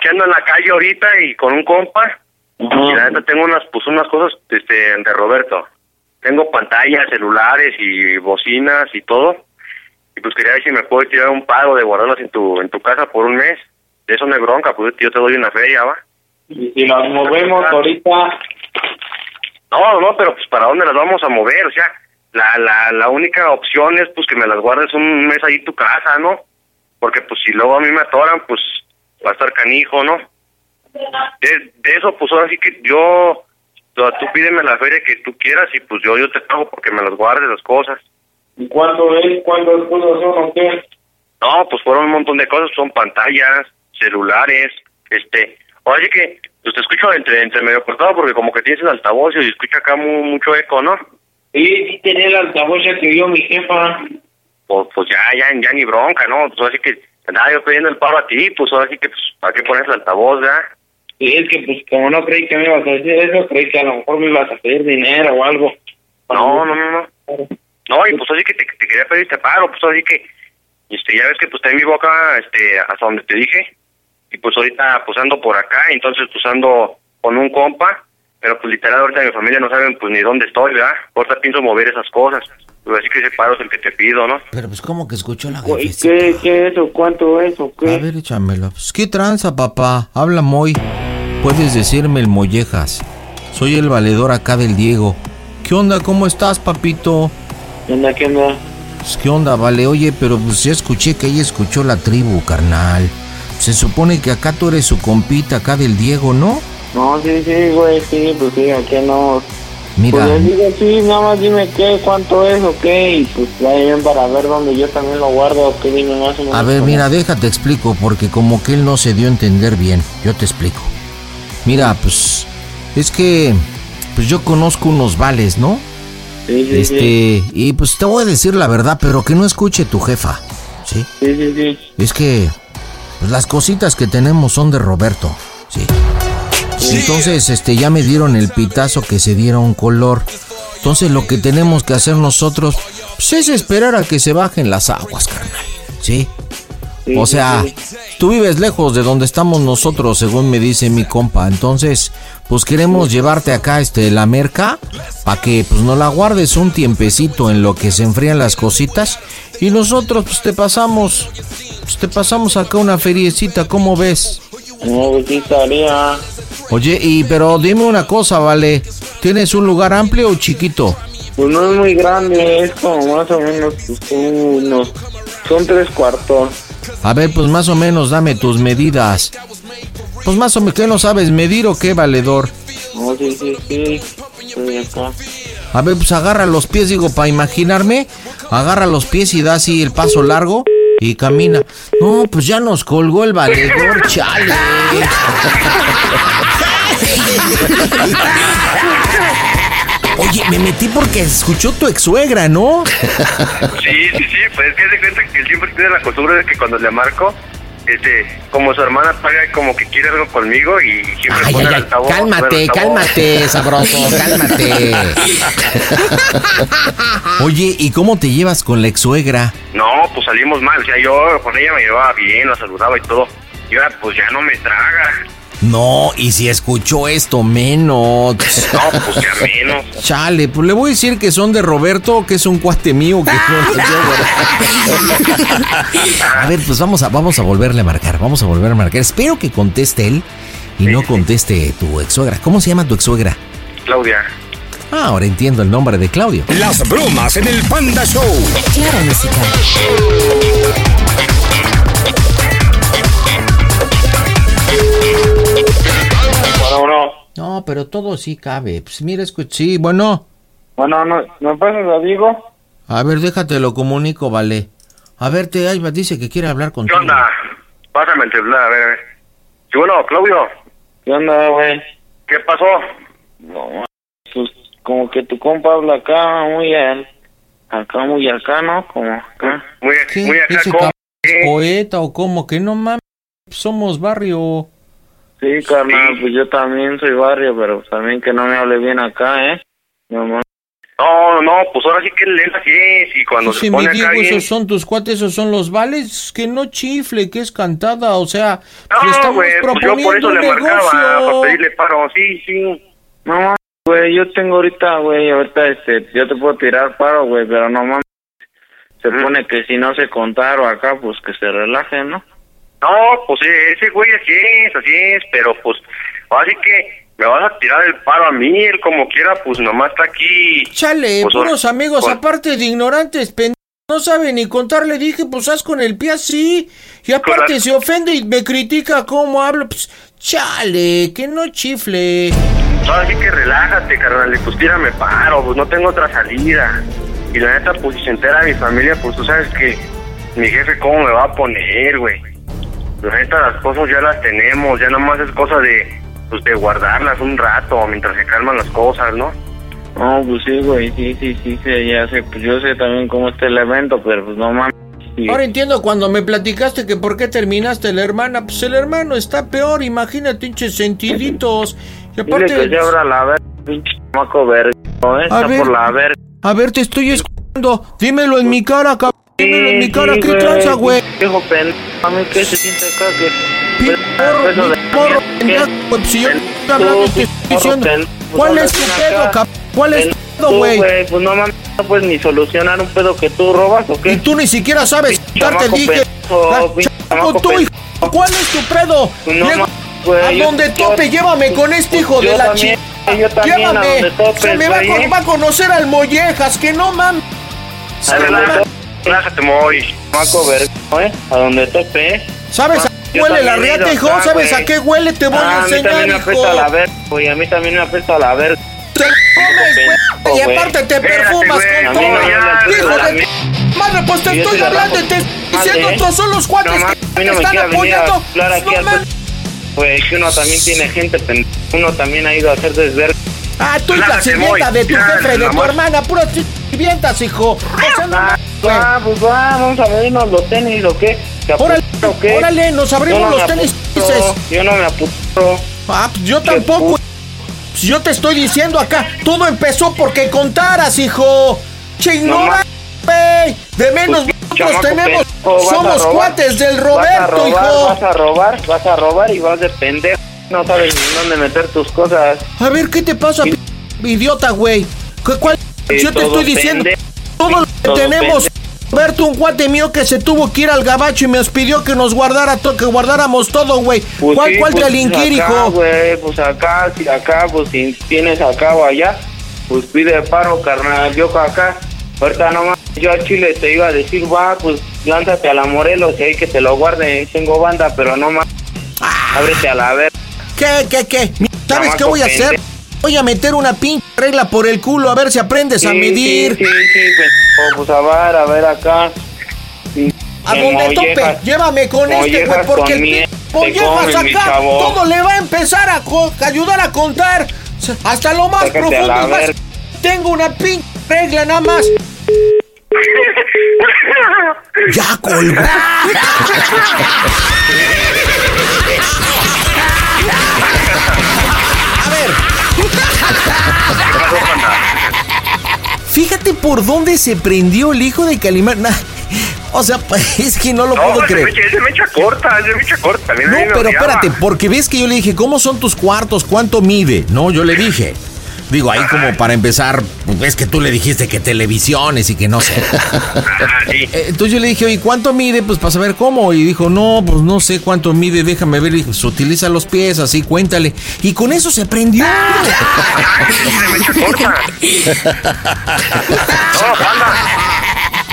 Que ando en la calle ahorita y con un compa. Y la neta tengo unas pues unas cosas este de Roberto. Tengo pantallas, celulares y bocinas y todo. Y pues quería ver si me puedes tirar un paro de guardarlas en tu en tu casa por un mes. De eso no es bronca, pues yo te doy una feria, ¿va? Pues, Y si nos movemos ahorita, No, no, pero pues para dónde las vamos a mover, o sea, la, la, la única opción es pues que me las guardes un mes ahí en tu casa, ¿no? Porque pues si luego a mí me atoran, pues va a estar canijo, ¿no? De, de eso, pues ahora sí que yo, tú tú pídeme la feria que tú quieras y pues yo, yo te pago porque me las guardes las cosas. ¿y cuándo es? ¿Cuándo puedo hacer o qué? No, pues fueron un montón de cosas, son pantallas, celulares, este, oye que, pues te escucho entre, entre medio cortado porque como que tienes el altavoz y escucha acá mu- mucho eco, ¿no? Sí, sí tenía el altavoz ya que vio mi jefa. pues, pues ya, ya, ya ni bronca, ¿no? Pues así que andaba yo pidiendo el paro a ti, pues ahora sí que, pues, ¿para qué pones el altavoz, ya? Y es que pues como no creí que me ibas a decir eso, creí que a lo mejor me ibas a pedir dinero o algo. No, no, no, no. No, y pues así que te, te quería pedir este paro, pues así que, este, ya ves que pues está en mi boca, este, hasta donde te dije, y pues ahorita pues ando por acá, entonces pues ando con un compa, pero pues literal ahorita mi familia no saben pues ni dónde estoy, ¿verdad? Ahorita pienso mover esas cosas, pues así que ese paro es el que te pido, ¿no? Pero pues como que escuchó la Güey, ¿Qué, ¿Qué es eso? ¿Cuánto es o A qué? ver, échamelo. Pues, ¿Qué tranza, papá? Habla muy. Puedes decirme el mollejas. Soy el valedor acá del Diego. ¿Qué onda? ¿Cómo estás, papito? ¿Qué onda? ¿Qué onda? Pues, ¿Qué onda, vale? Oye, pero pues ya escuché que ella escuchó la tribu, carnal. Se supone que acá tú eres su compita acá del Diego, ¿no? No, sí, sí, güey, sí, pues sí, ¿a qué no? Mira. Pues les digo, sí, nada más dime qué, cuánto es o qué, y pues ya bien para ver dónde yo también lo guardo, o qué dime más o menos. A ver, cómo- mira, déjate explico, porque como que él no se dio a entender bien. Yo te explico. Mira, pues es que pues yo conozco unos vales, ¿no? Sí, sí, sí, Este, y pues te voy a decir la verdad, pero que no escuche tu jefa, ¿sí? sí, sí, sí. Es que pues, las cositas que tenemos son de Roberto, sí. Entonces, este, ya me dieron el pitazo que se diera un color. Entonces, lo que tenemos que hacer nosotros pues, es esperar a que se bajen las aguas, carnal, ¿sí? Sí, O sí, sea, sí. tú vives lejos de donde estamos nosotros, según me dice mi compa. Entonces, pues queremos llevarte acá este la merca para que pues no la guardes un tiempecito en lo que se enfrían las cositas y nosotros pues te pasamos pues, te pasamos acá una feriecita, ¿cómo ves? No, pues sí estaría. Oye, y pero dime una cosa, vale, ¿tienes un lugar amplio o chiquito? Pues no es muy grande, es como más o menos pues, unos. Son tres cuartos. A ver, pues más o menos dame tus medidas. Pues más o menos, ¿qué no sabes medir o qué, valedor? No, sí, sí, sí. Estoy acá. A ver, pues agarra los pies, digo, para imaginarme. Agarra los pies y da así el paso largo y camina. No, pues ya nos colgó el valedor, chale. Oye, me metí porque escuchó tu ex suegra, ¿no? *laughs* Sí, sí, sí, pues es que se cuenta que él siempre tiene la costumbre de que cuando le marco, este, como su hermana paga como que quiere algo conmigo y siempre pone el altavoz, pone el altavoz. *laughs* Oye, ¿y cómo te llevas con la ex suegra? No, pues salimos mal, o sea, yo con ella me llevaba bien, la saludaba y todo. Y ahora pues ya no me traga. No, y si escuchó esto, menos. *laughs* No, pues ya menos. Chale, pues le voy a decir que son de Roberto, que es un cuate mío. Que Ah. no- a ver, pues vamos a, vamos a volverle a marcar, vamos a volver a marcar. Espero que conteste él y no conteste tu ex suegra. ¿Cómo se llama tu ex suegra? Claudia. Ah, ahora entiendo el nombre de Claudio. Las bromas en el Panda Show. Claro, música. Bueno, no. No, pero todo sí cabe. Pues mira, escucha, sí, bueno. Bueno, no, ¿me pasas a Diego? A ver, déjate, lo comunico, vale. A ver, te Ayba, dice que quiere hablar ¿Qué contigo. onda? Pásame el celular, a ver, a ver. Sí, bueno, Claudio. ¿Qué onda, güey? ¿Qué pasó? No, pues como que tu compa habla acá, muy al- acá, muy acá, ¿no? Como acá. Muy, ¿Qué? ¿Ese cabrón es poeta o cómo? Que no mames, somos barrio. Sí, carnal, pues yo también soy barrio, pero pues también que no me hable bien acá, ¿eh? No, mames. No, no, pues ahora sí que él es así es y cuando se Pues, Si mi pone Diego, acá bien... esos son tus cuates, esos son los vales, que no chifle, que es cantada, o sea, le No, estamos güey, pues yo por proponiendo eso un le marcaba, para negocio. pedirle paro, sí, sí. No mames, güey, yo tengo ahorita, güey, ahorita este, yo te puedo tirar paro, güey, pero no mames. Se pone que si no se contaron acá, pues que se relajen, ¿no? No, pues eh, ese güey así es, así es, pero pues ahora sí que me vas a tirar el paro a mí, él como quiera, pues nomás está aquí. Chale, Pues, puros ahora- amigos, pues, aparte de ignorantes, pend... No sabe ni contar, le dije, pues haz con el pie así. Y aparte se ofende y me critica cómo hablo. Pues, chale, que no chifle. Ahora sí que relájate, carnal, y pues tírame paro, pues no tengo otra salida. Y la neta, pues si se entera mi familia, pues tú sabes que mi jefe cómo me va a poner, güey. La neta, las cosas ya las tenemos, ya nomás es cosa de, pues, de guardarlas un rato mientras se calman las cosas, ¿no? No, pues sí, güey, sí, sí, sí, sí, ya sé, pues yo sé también cómo está el evento, pero pues no mames. sí. Ahora entiendo cuando me platicaste que por qué terminaste la hermana. Pues el hermano está peor, imagínate, hinches sentiditos. Y Dile que aparte, pues, se abra la verga, pinche maco verga, ¿eh? Está ver. por la verga. a ver, te estoy escuchando Dímelo en mi cara, cabrón. Dímelo en mi cara, ¿qué tranza, güey? Viejo pendejo, a mí que se siente acá que... Eso de- Porro, pendejo, güey, si yo te estoy hablando, te estoy diciendo. ¿Cuál es tu pedo, cabrón? ¿Cuál es tu pedo, güey? Pues no mames, no puedes ni solucionar un pedo que tú robas, ¿o qué? Y tú ni siquiera sabes darte chamaco dije. pendejo, pinche Chamaco, chamaco tú, hijo, ¿cuál es tu pedo? Pues No Llego- mames, güey, A yo- donde yo- tope, llévame con este hijo yo de la también, chica. yo también, a Llévame. donde topes, Se me va a, güey, con- ¿eh? va a conocer al Mollejas, que no mames. A donde tope, Rájate, Moy. Chamaco, vergo, ¿eh? A donde tope, ¿eh? ¿Sabes a qué huele la riata, hijo? ¿Sabes a qué huele? Te voy a enseñar, Ah, A mí también me hijo. apesta a la verga, güey. A mí también me apesta a la verga. Te comes, güey. Y aparte te perfumas güey, a con mí no me hablas todo. de Hijo la de mierda. tu madre, pues te Yo estoy soy la hablando y Rafa. te estoy diciendo, Madre, ¿eh? estos son los cuates No, que a mí te no me están quiera venir a apoyando. hablar aquí No al- mames. Güey, que uno también tiene gente, pendejo. uno también ha ido a hacer desvergüenza. Ah, tú y la sirvienta de tu jefe, de tu hermana, puras sirvientas, hijo. O sea, no mames, güey. Ah, pues vamos a abrirnos los tenis, ¿o qué? ¿Te Órale, apuro, o qué? órale, nos abrimos Yo no los me tenis, apuro, dices. Yo no me apuro. Ah, pues yo tampoco. Pues yo te estoy diciendo acá, todo empezó porque contaras, hijo. No Chingona, mames. güey. De menos Pues, nosotros chamaco tenemos. pendejo, vas a somos robar, cuates del vas a Roberto, robar, hijo. Vas a robar, vas a robar y vas de pendejo. No sabes ni dónde meter tus cosas. A ver, ¿qué te pasa, p- idiota, güey? ¿Cu- ¿Cuál? Eh, Yo te todo estoy diciendo. pendejo. Todo lo que Todo tenemos. pendejo. Roberto, un cuate mío que se tuvo que ir al gabacho y me pidió que nos guardara to- que guardáramos todo, güey. Pues ¿Cuál, sí, cuál pues, delinquir, acá, hijo? güey, pues acá, si acá, pues si tienes acá o allá, pues pide paro, carnal. Yo acá, ahorita nomás, yo al Chile te iba a decir, va, pues lánzate a la Morelos y ahí que te lo guarden. Tengo banda, pero no más. Ábrete a la verga. Ah. ¿Qué, qué, qué? ¿Sabes qué voy a hacer? pendejo. Voy a meter una pinche regla por el culo a ver si aprendes a Sí, medir. Sí, sí, sí, pendejo, pues a ver, a ver acá. A Que donde tope, mollejas- llévame con este, güey, mollejas porque con el miel pin- te mollejas comen, mi acá, chavo. todo le va a empezar a co- a ayudar a contar. Se- Hasta lo más Sácate a profundo. la y más- verga. Tengo una pinche regla nada más. Ya colgó. Fíjate por dónde se prendió el hijo de Calimán. *laughs* Nah, o sea, *laughs* es que no lo puedo No, es de creer. mecha, es de mecha corta, es de mecha corta. a mí No, nadie me pero odiaba. espérate, porque ves que yo le dije, ¿cómo son tus cuartos? ¿Cuánto mide? No, yo le dije. Digo, ahí como para empezar, ves que tú le dijiste que televisiones y que no sé. Eh, Entonces yo le dije, oye, ¿cuánto mide? Pues para saber cómo. Y dijo, no, pues no sé cuánto mide, déjame ver. Y dijo, se utiliza los pies, así, cuéntale. Y con eso se *laughs* prendió.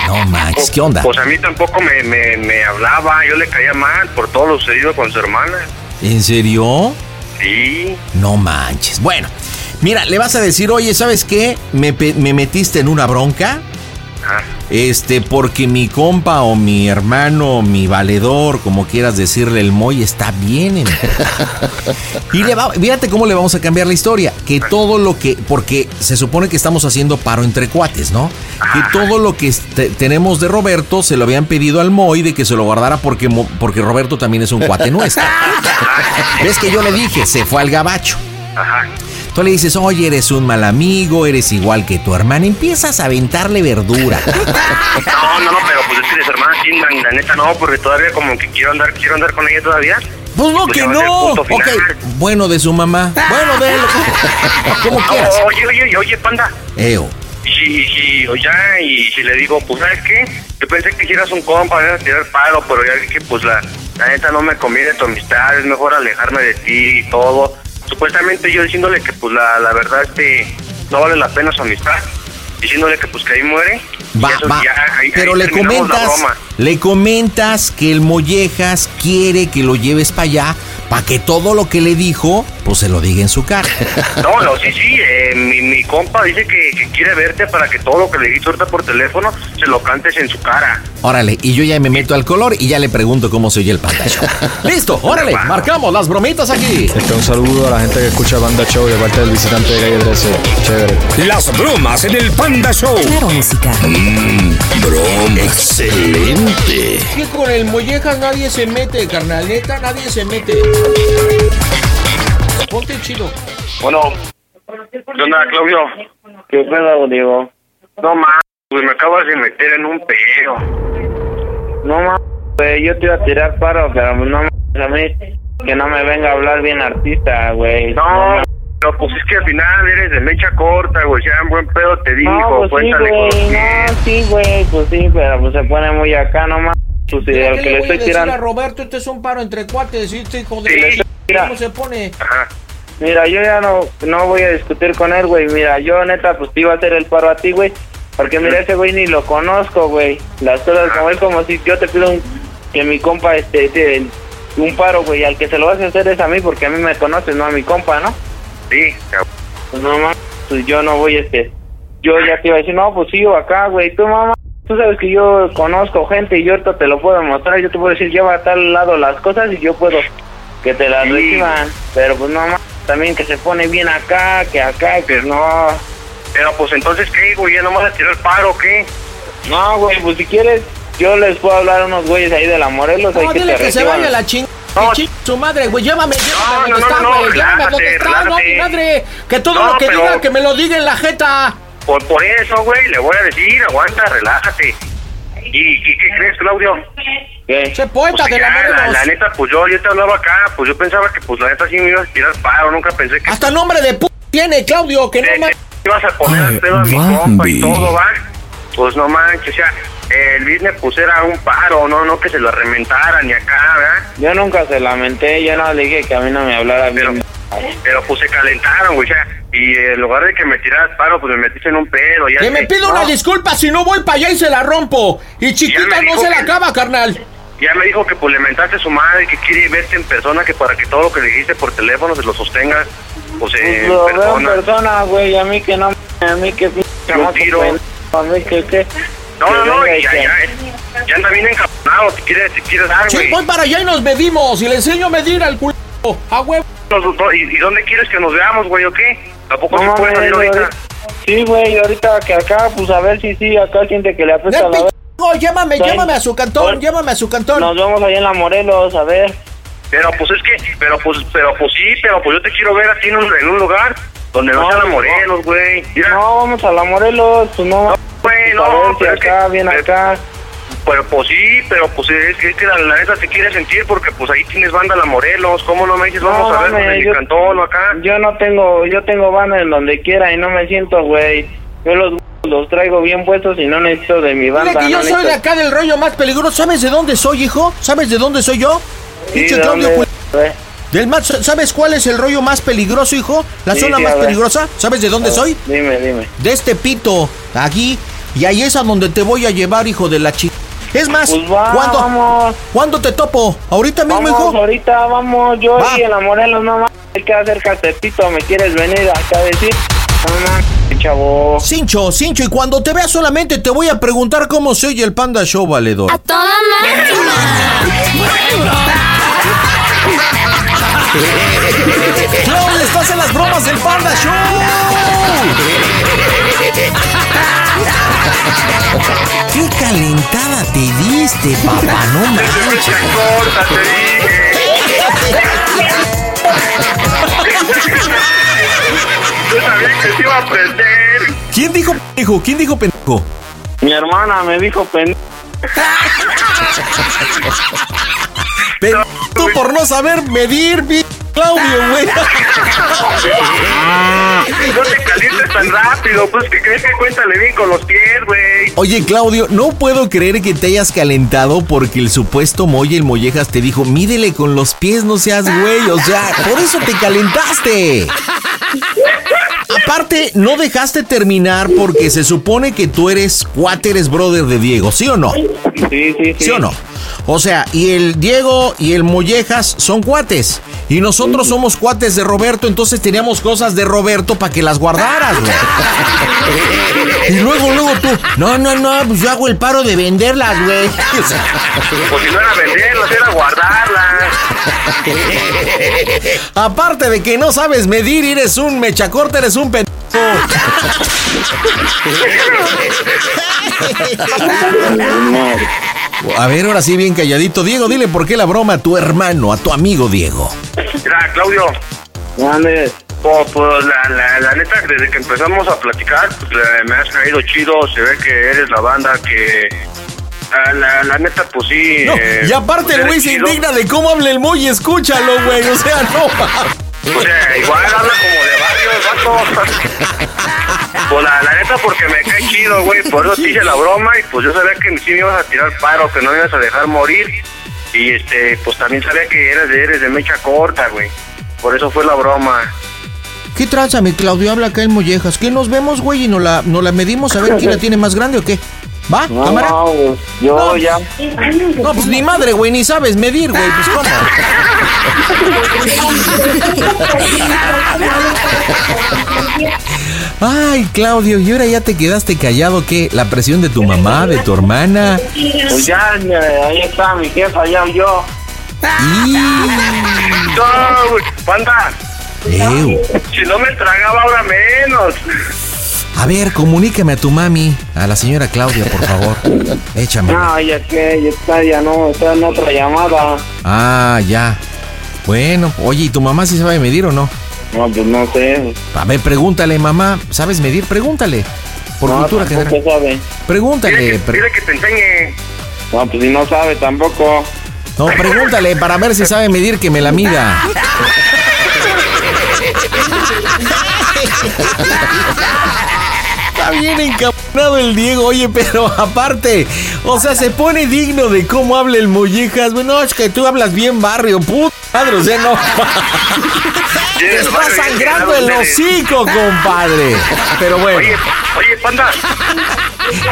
No, Max, ¿qué onda? Pues a mí tampoco me, me, me hablaba, yo le caía mal por todo lo sucedido con su hermana. ¿En serio? Sí. No manches. Bueno, mira, le vas a decir, oye, ¿sabes qué? Me, pe- me metiste en una bronca. Este, porque mi compa o mi hermano, o mi valedor, como quieras decirle, el Moy está bien. en- *laughs* y le va- fíjate cómo le vamos a cambiar la historia. Que todo lo que, porque se supone que estamos haciendo paro entre cuates, ¿no? Que todo lo que este- tenemos de Roberto se lo habían pedido al Moy de que se lo guardara porque, Mo- porque Roberto también es un cuate nuestro. *laughs* ¿Ves que yo le dije? Se fue al gabacho. Tú le dices, oye, eres un mal amigo, eres igual que tu hermana. Empiezas a aventarle *laughs* verdura. No, no, no, pero pues es que las hermanas sí, la, la neta no, porque todavía como que quiero andar, quiero andar con ella todavía. Pues no, Pues que ya va a ser no. punto Ok, final. bueno de su mamá. Bueno de él. *laughs* Como No, quieras. Oye, oye, oye, panda. Eo. Y si, si, o ya, y si le digo, pues, ¿sabes qué? Yo pensé que si eras un compa, me ibas a tirar palo, pero ya vi que, pues, la, la neta no me conviene tu amistad, es mejor alejarme de ti y todo. Supuestamente yo diciéndole que, pues, la, la verdad, este, no vale la pena su amistad. Diciéndole que, pues, que ahí muere. Va, Y eso, va. ya, ahí- Pero ahí le terminamos la comentas, broma. le comentas que el Mollejas quiere que lo lleves para allá para que todo lo que le dijo, pues se lo diga en su cara. No, no, sí, sí, eh, mi, mi compa dice que, que quiere verte para que todo lo que le dices ahorita por teléfono se lo cantes en su cara. Órale, y yo ya me meto al color y ya le pregunto cómo se oye el *laughs* pantalla. Listo, órale, marcamos las bromitas aquí. Este, un saludo a la gente que escucha Banda Show de parte del visitante de calle 13. Chévere. Las bromas en el Panda Show. Mm, Claro, música. broma. Excelente. Que con el mollejas nadie se mete, carnaleta, nadie se mete. Ponte chido. Bueno, ¿qué onda, Claudio? ¿Qué pedo, digo? No más, Pues me acabas de meter en un pedo. No mames, güey, yo te iba a tirar paro, pero no mames, a mí que no me venga a hablar bien artista, güey. No, no, pues es que al final eres de mecha corta, güey. Ya en buen pedo te dijo, No, pues sí, cuéntale con güey, los pies. no, sí, güey, pues sí, pero pues se pone muy acá, no mames. Pues si Mira, al ¿qué que le voy le a estoy decir a tirando... Roberto? Este es un paro entre cuates, este hijo de... mira. ¿Cómo se pone? Mira, yo ya no, no voy a discutir con él, güey. Mira, yo neta, pues te iba a hacer el paro a ti, güey. Porque mira, ese güey ni lo conozco, güey. Las cosas como él, como si yo te pido un- que mi compa, este, este, un paro, güey. Al que se lo vas a hacer es a mí, porque a mí me conoces, no a mi compa, ¿no? Sí, Pues no mames, pues yo no voy, este. Yo ya te iba a decir, no, pues sigo acá, güey. Tú, mamá, tú sabes que yo conozco gente y yo ahorita te lo puedo mostrar. Yo te puedo decir, lleva a tal lado las cosas y yo puedo que te las Sí. reciban. Pero pues no mames, también que se pone bien acá, que acá, que no. Pero pues entonces, ¿qué, güey? ¿Ya nomás le tiró el paro o qué? No, güey, pues si quieres, yo les puedo hablar a unos güeyes ahí de la Morelos. ahí No, que dile te que se reciban. vaya la ching... que ching su madre, güey, llévame, llévame no, a donde no, está, no, güey, llévame a relájate, donde está, no, mi relájate. madre, que todo No, lo que pero- diga, que me lo diga en la jeta. Por, por eso, güey, le voy a decir, aguanta, relájate. ¿Y, y qué crees, Claudio? Pues, Se poeta de la Ya, la, Morelos. la neta, pues yo, yo te hablaba acá, pues yo pensaba que, pues la neta, sí me ibas a tirar paro, nunca pensé que Hasta nombre de p tiene, Claudio, que no mames. ibas a poner al pedo a mi compa y todo, ¿va? Pues no manches, o sea, el business pues era un paro, no, no que se lo arrementaran ni acá, ¿verdad? Yo nunca se lamenté, yo no le dije que a mí no me hablara bien. Pero pues se calentaron, güey, o sea, y en lugar de que me tiraras paro, pues me metiste en un pedo. Ya Que sé. me pido una No, disculpa si no voy para allá y se la rompo. Y Ya chiquita me no dijo se la que- acaba, carnal. Ya me dijo que pues le mentaste a su madre, que quiere verte en persona, que para que todo lo que le dijiste por teléfono se lo sostenga, pues Pues en lo veo en persona. persona, güey, a mí que no, a mí que pinche chamaco tiro. pendejo, a mí que qué. No, no, no, venga y ya, que- ya, eh, ya anda bien encabronado, te quiere, te quiere dar, Sí, güey. voy Pues para allá y nos medimos. Y le enseño a medir al culo. A huevo. Nos- no, ¿Y, y dónde quieres que nos veamos, güey, o qué? Tampoco se No, puede güey, salir ahorita. Sí, güey, ahorita que acá, pues a ver si sí, acá siente que le apesta la No, llévame, Está bien. llévame a su cantón, llévame a su cantón. Nos vemos allá en la Morelos, a ver. Pero pues es que, pero pues, pero pues sí, pero pues yo te quiero ver así en un, en un lugar donde no, No, sean a no. Morelos, güey. Mira, No, vamos a la Morelos, pues no. güey, no, a ver si pero es que- acá, bien acá. Pero pues sí, pero pues es, es que la, la neta te quiere sentir porque pues ahí tienes banda la Morelos, ¿cómo no me dices? Vamos No, a ver pues, mames, en el yo- cantón o acá. Yo no tengo, yo tengo banda en donde quiera y no me siento, güey. Yo los los traigo bien puestos y no necesito de mi Mira banda. que yo no soy de necesito- acá del rollo más peligroso. ¿Sabes de dónde soy, hijo? ¿Sabes de dónde soy yo? Sí, Pinche ¿de Claudio dónde? cul- Del más, ¿Sabes cuál es el rollo más peligroso, hijo? ¿La Sí, zona sí, a más ver. peligrosa? ¿Sabes de dónde A ver, soy? Dime, dime. De este pito, aquí. Y ahí es a donde te voy a llevar, hijo de la chica. Es más, Pues va, ¿cuándo, vamos. ¿cuándo te topo? ¿Ahorita mismo, Vamos, hijo? ahorita vamos, yo Va. y el Morelos, no más. Hay que hacer castepito, ¿me quieres venir acá a decir? No mames, chavo. Cincho, cincho, y cuando te vea solamente te voy a preguntar cómo se oye el Panda Show, valedor. toda ¡Claudio, estás en las bromas del Panda Show! ¡Qué calentada te diste, papá! ¡No manches! ¿Quién dijo pendejo? ¿Quién dijo pendejo? Mi hermana me dijo pendejo. Pero tú por no saber medir, mi Claudio, güey. No te calientes *laughs* tan rápido, pues que crees que cuéntale bien con los pies, güey. Oye, Claudio, no puedo creer que te hayas calentado porque el supuesto Moy el Mollejas te dijo, mídele con los pies, no seas güey. O sea, por eso te calentaste. Aparte, no dejaste terminar porque se supone que tú eres cuate, eres brother de Diego, ¿sí o no? Sí, sí, ¿Sí o no? O sea, y el Diego y el Mollejas son cuates. Y nosotros somos cuates de Roberto, entonces teníamos cosas de Roberto para que las guardaras, güey. Y luego, luego tú, no, no, no, pues yo hago el paro de venderlas, güey. *laughs* O sea, Pues si no era venderlas, era guardarlas. aparte de que no sabes medir, eres un mechacorte, eres un pendejo. A ver, ahora sí, bien calladito. Diego, dile por qué la broma a tu hermano, a tu amigo Diego. Mira, Claudio, Mande. Oh, pues la, la, la neta, desde que empezamos a platicar, pues, eh, me has caído chido, se ve que eres la banda que... ah, La, la neta, pues sí... eh, Y aparte pues, el eres güey se chido. indigna de cómo habla el Moy, escúchalo, güey. O sea, no. O sea, igual habla como de varios vatos. Pues la, la neta, porque me cae chido, güey. Por eso te hice la broma y pues yo sabía que sí me ibas a tirar paro, que no me ibas a dejar morir. Y este, pues también sabía que eres de, eres de mecha corta, güey. Por eso fue la broma. ¿Qué tranza, mi Claudio? Habla acá el Mollejas. ¿Qué nos vemos, güey? ¿Y nos la, nos la medimos a ver quién la tiene más grande o qué? ¿Va? No, ¿Cámara? no, yo No. ya. No, pues ni madre, güey, ni sabes medir, güey. Pues cómo. *laughs* Ay, Claudio, y ahora ya te quedaste callado, ¿qué? ¿La presión de tu mamá, de tu hermana? Pues ya, eh, ahí está mi jefa, ya yo. No, güey, panda. Ew. Si no me tragaba ahora menos. A ver, comunícame a tu mami, a la señora Claudia, por favor. Échame. *laughs* No, ya que, ya está, ya no, está en otra llamada. Ah, ya. Bueno, oye, ¿y tu mamá sí sabe medir o no? No, pues no sé. A ver, pregúntale, mamá. ¿Sabes medir? Pregúntale. Por No, cultura tampoco general. sabe. Pregúntale. pre- Dile que te enseñe. No, pues si no sabe tampoco. no, pregúntale para ver si sabe medir que me la *laughs* mida. Está bien encabronado el Diego, oye, pero aparte, o sea, se pone digno de cómo habla el Mollejas. Bueno, es que tú hablas bien barrio, puta madre, o sea, no. Te está sangrando el hocico, compadre. Pero bueno, Oye, panda.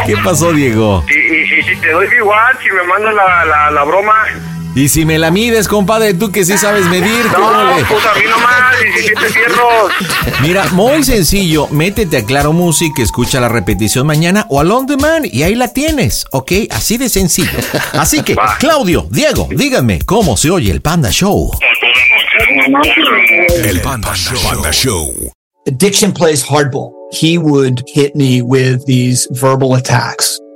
¿qué pasó, Diego? Y, y, y si te doy igual, si me mandas la, la, la broma. Y si me la mides, compadre, tú que sí sabes medir, ¿cómo No, le? pues a mí nomás, 17 fierros. *laughs* Mira, muy sencillo, métete a Claro Music, escucha la repetición mañana o al on demand y ahí la tienes, ¿ok? Así de sencillo. Así que, Claudio, Diego, díganme cómo se oye el Panda Show. El Panda, Show. Addiction plays hardball. He would hit me with these verbal attacks.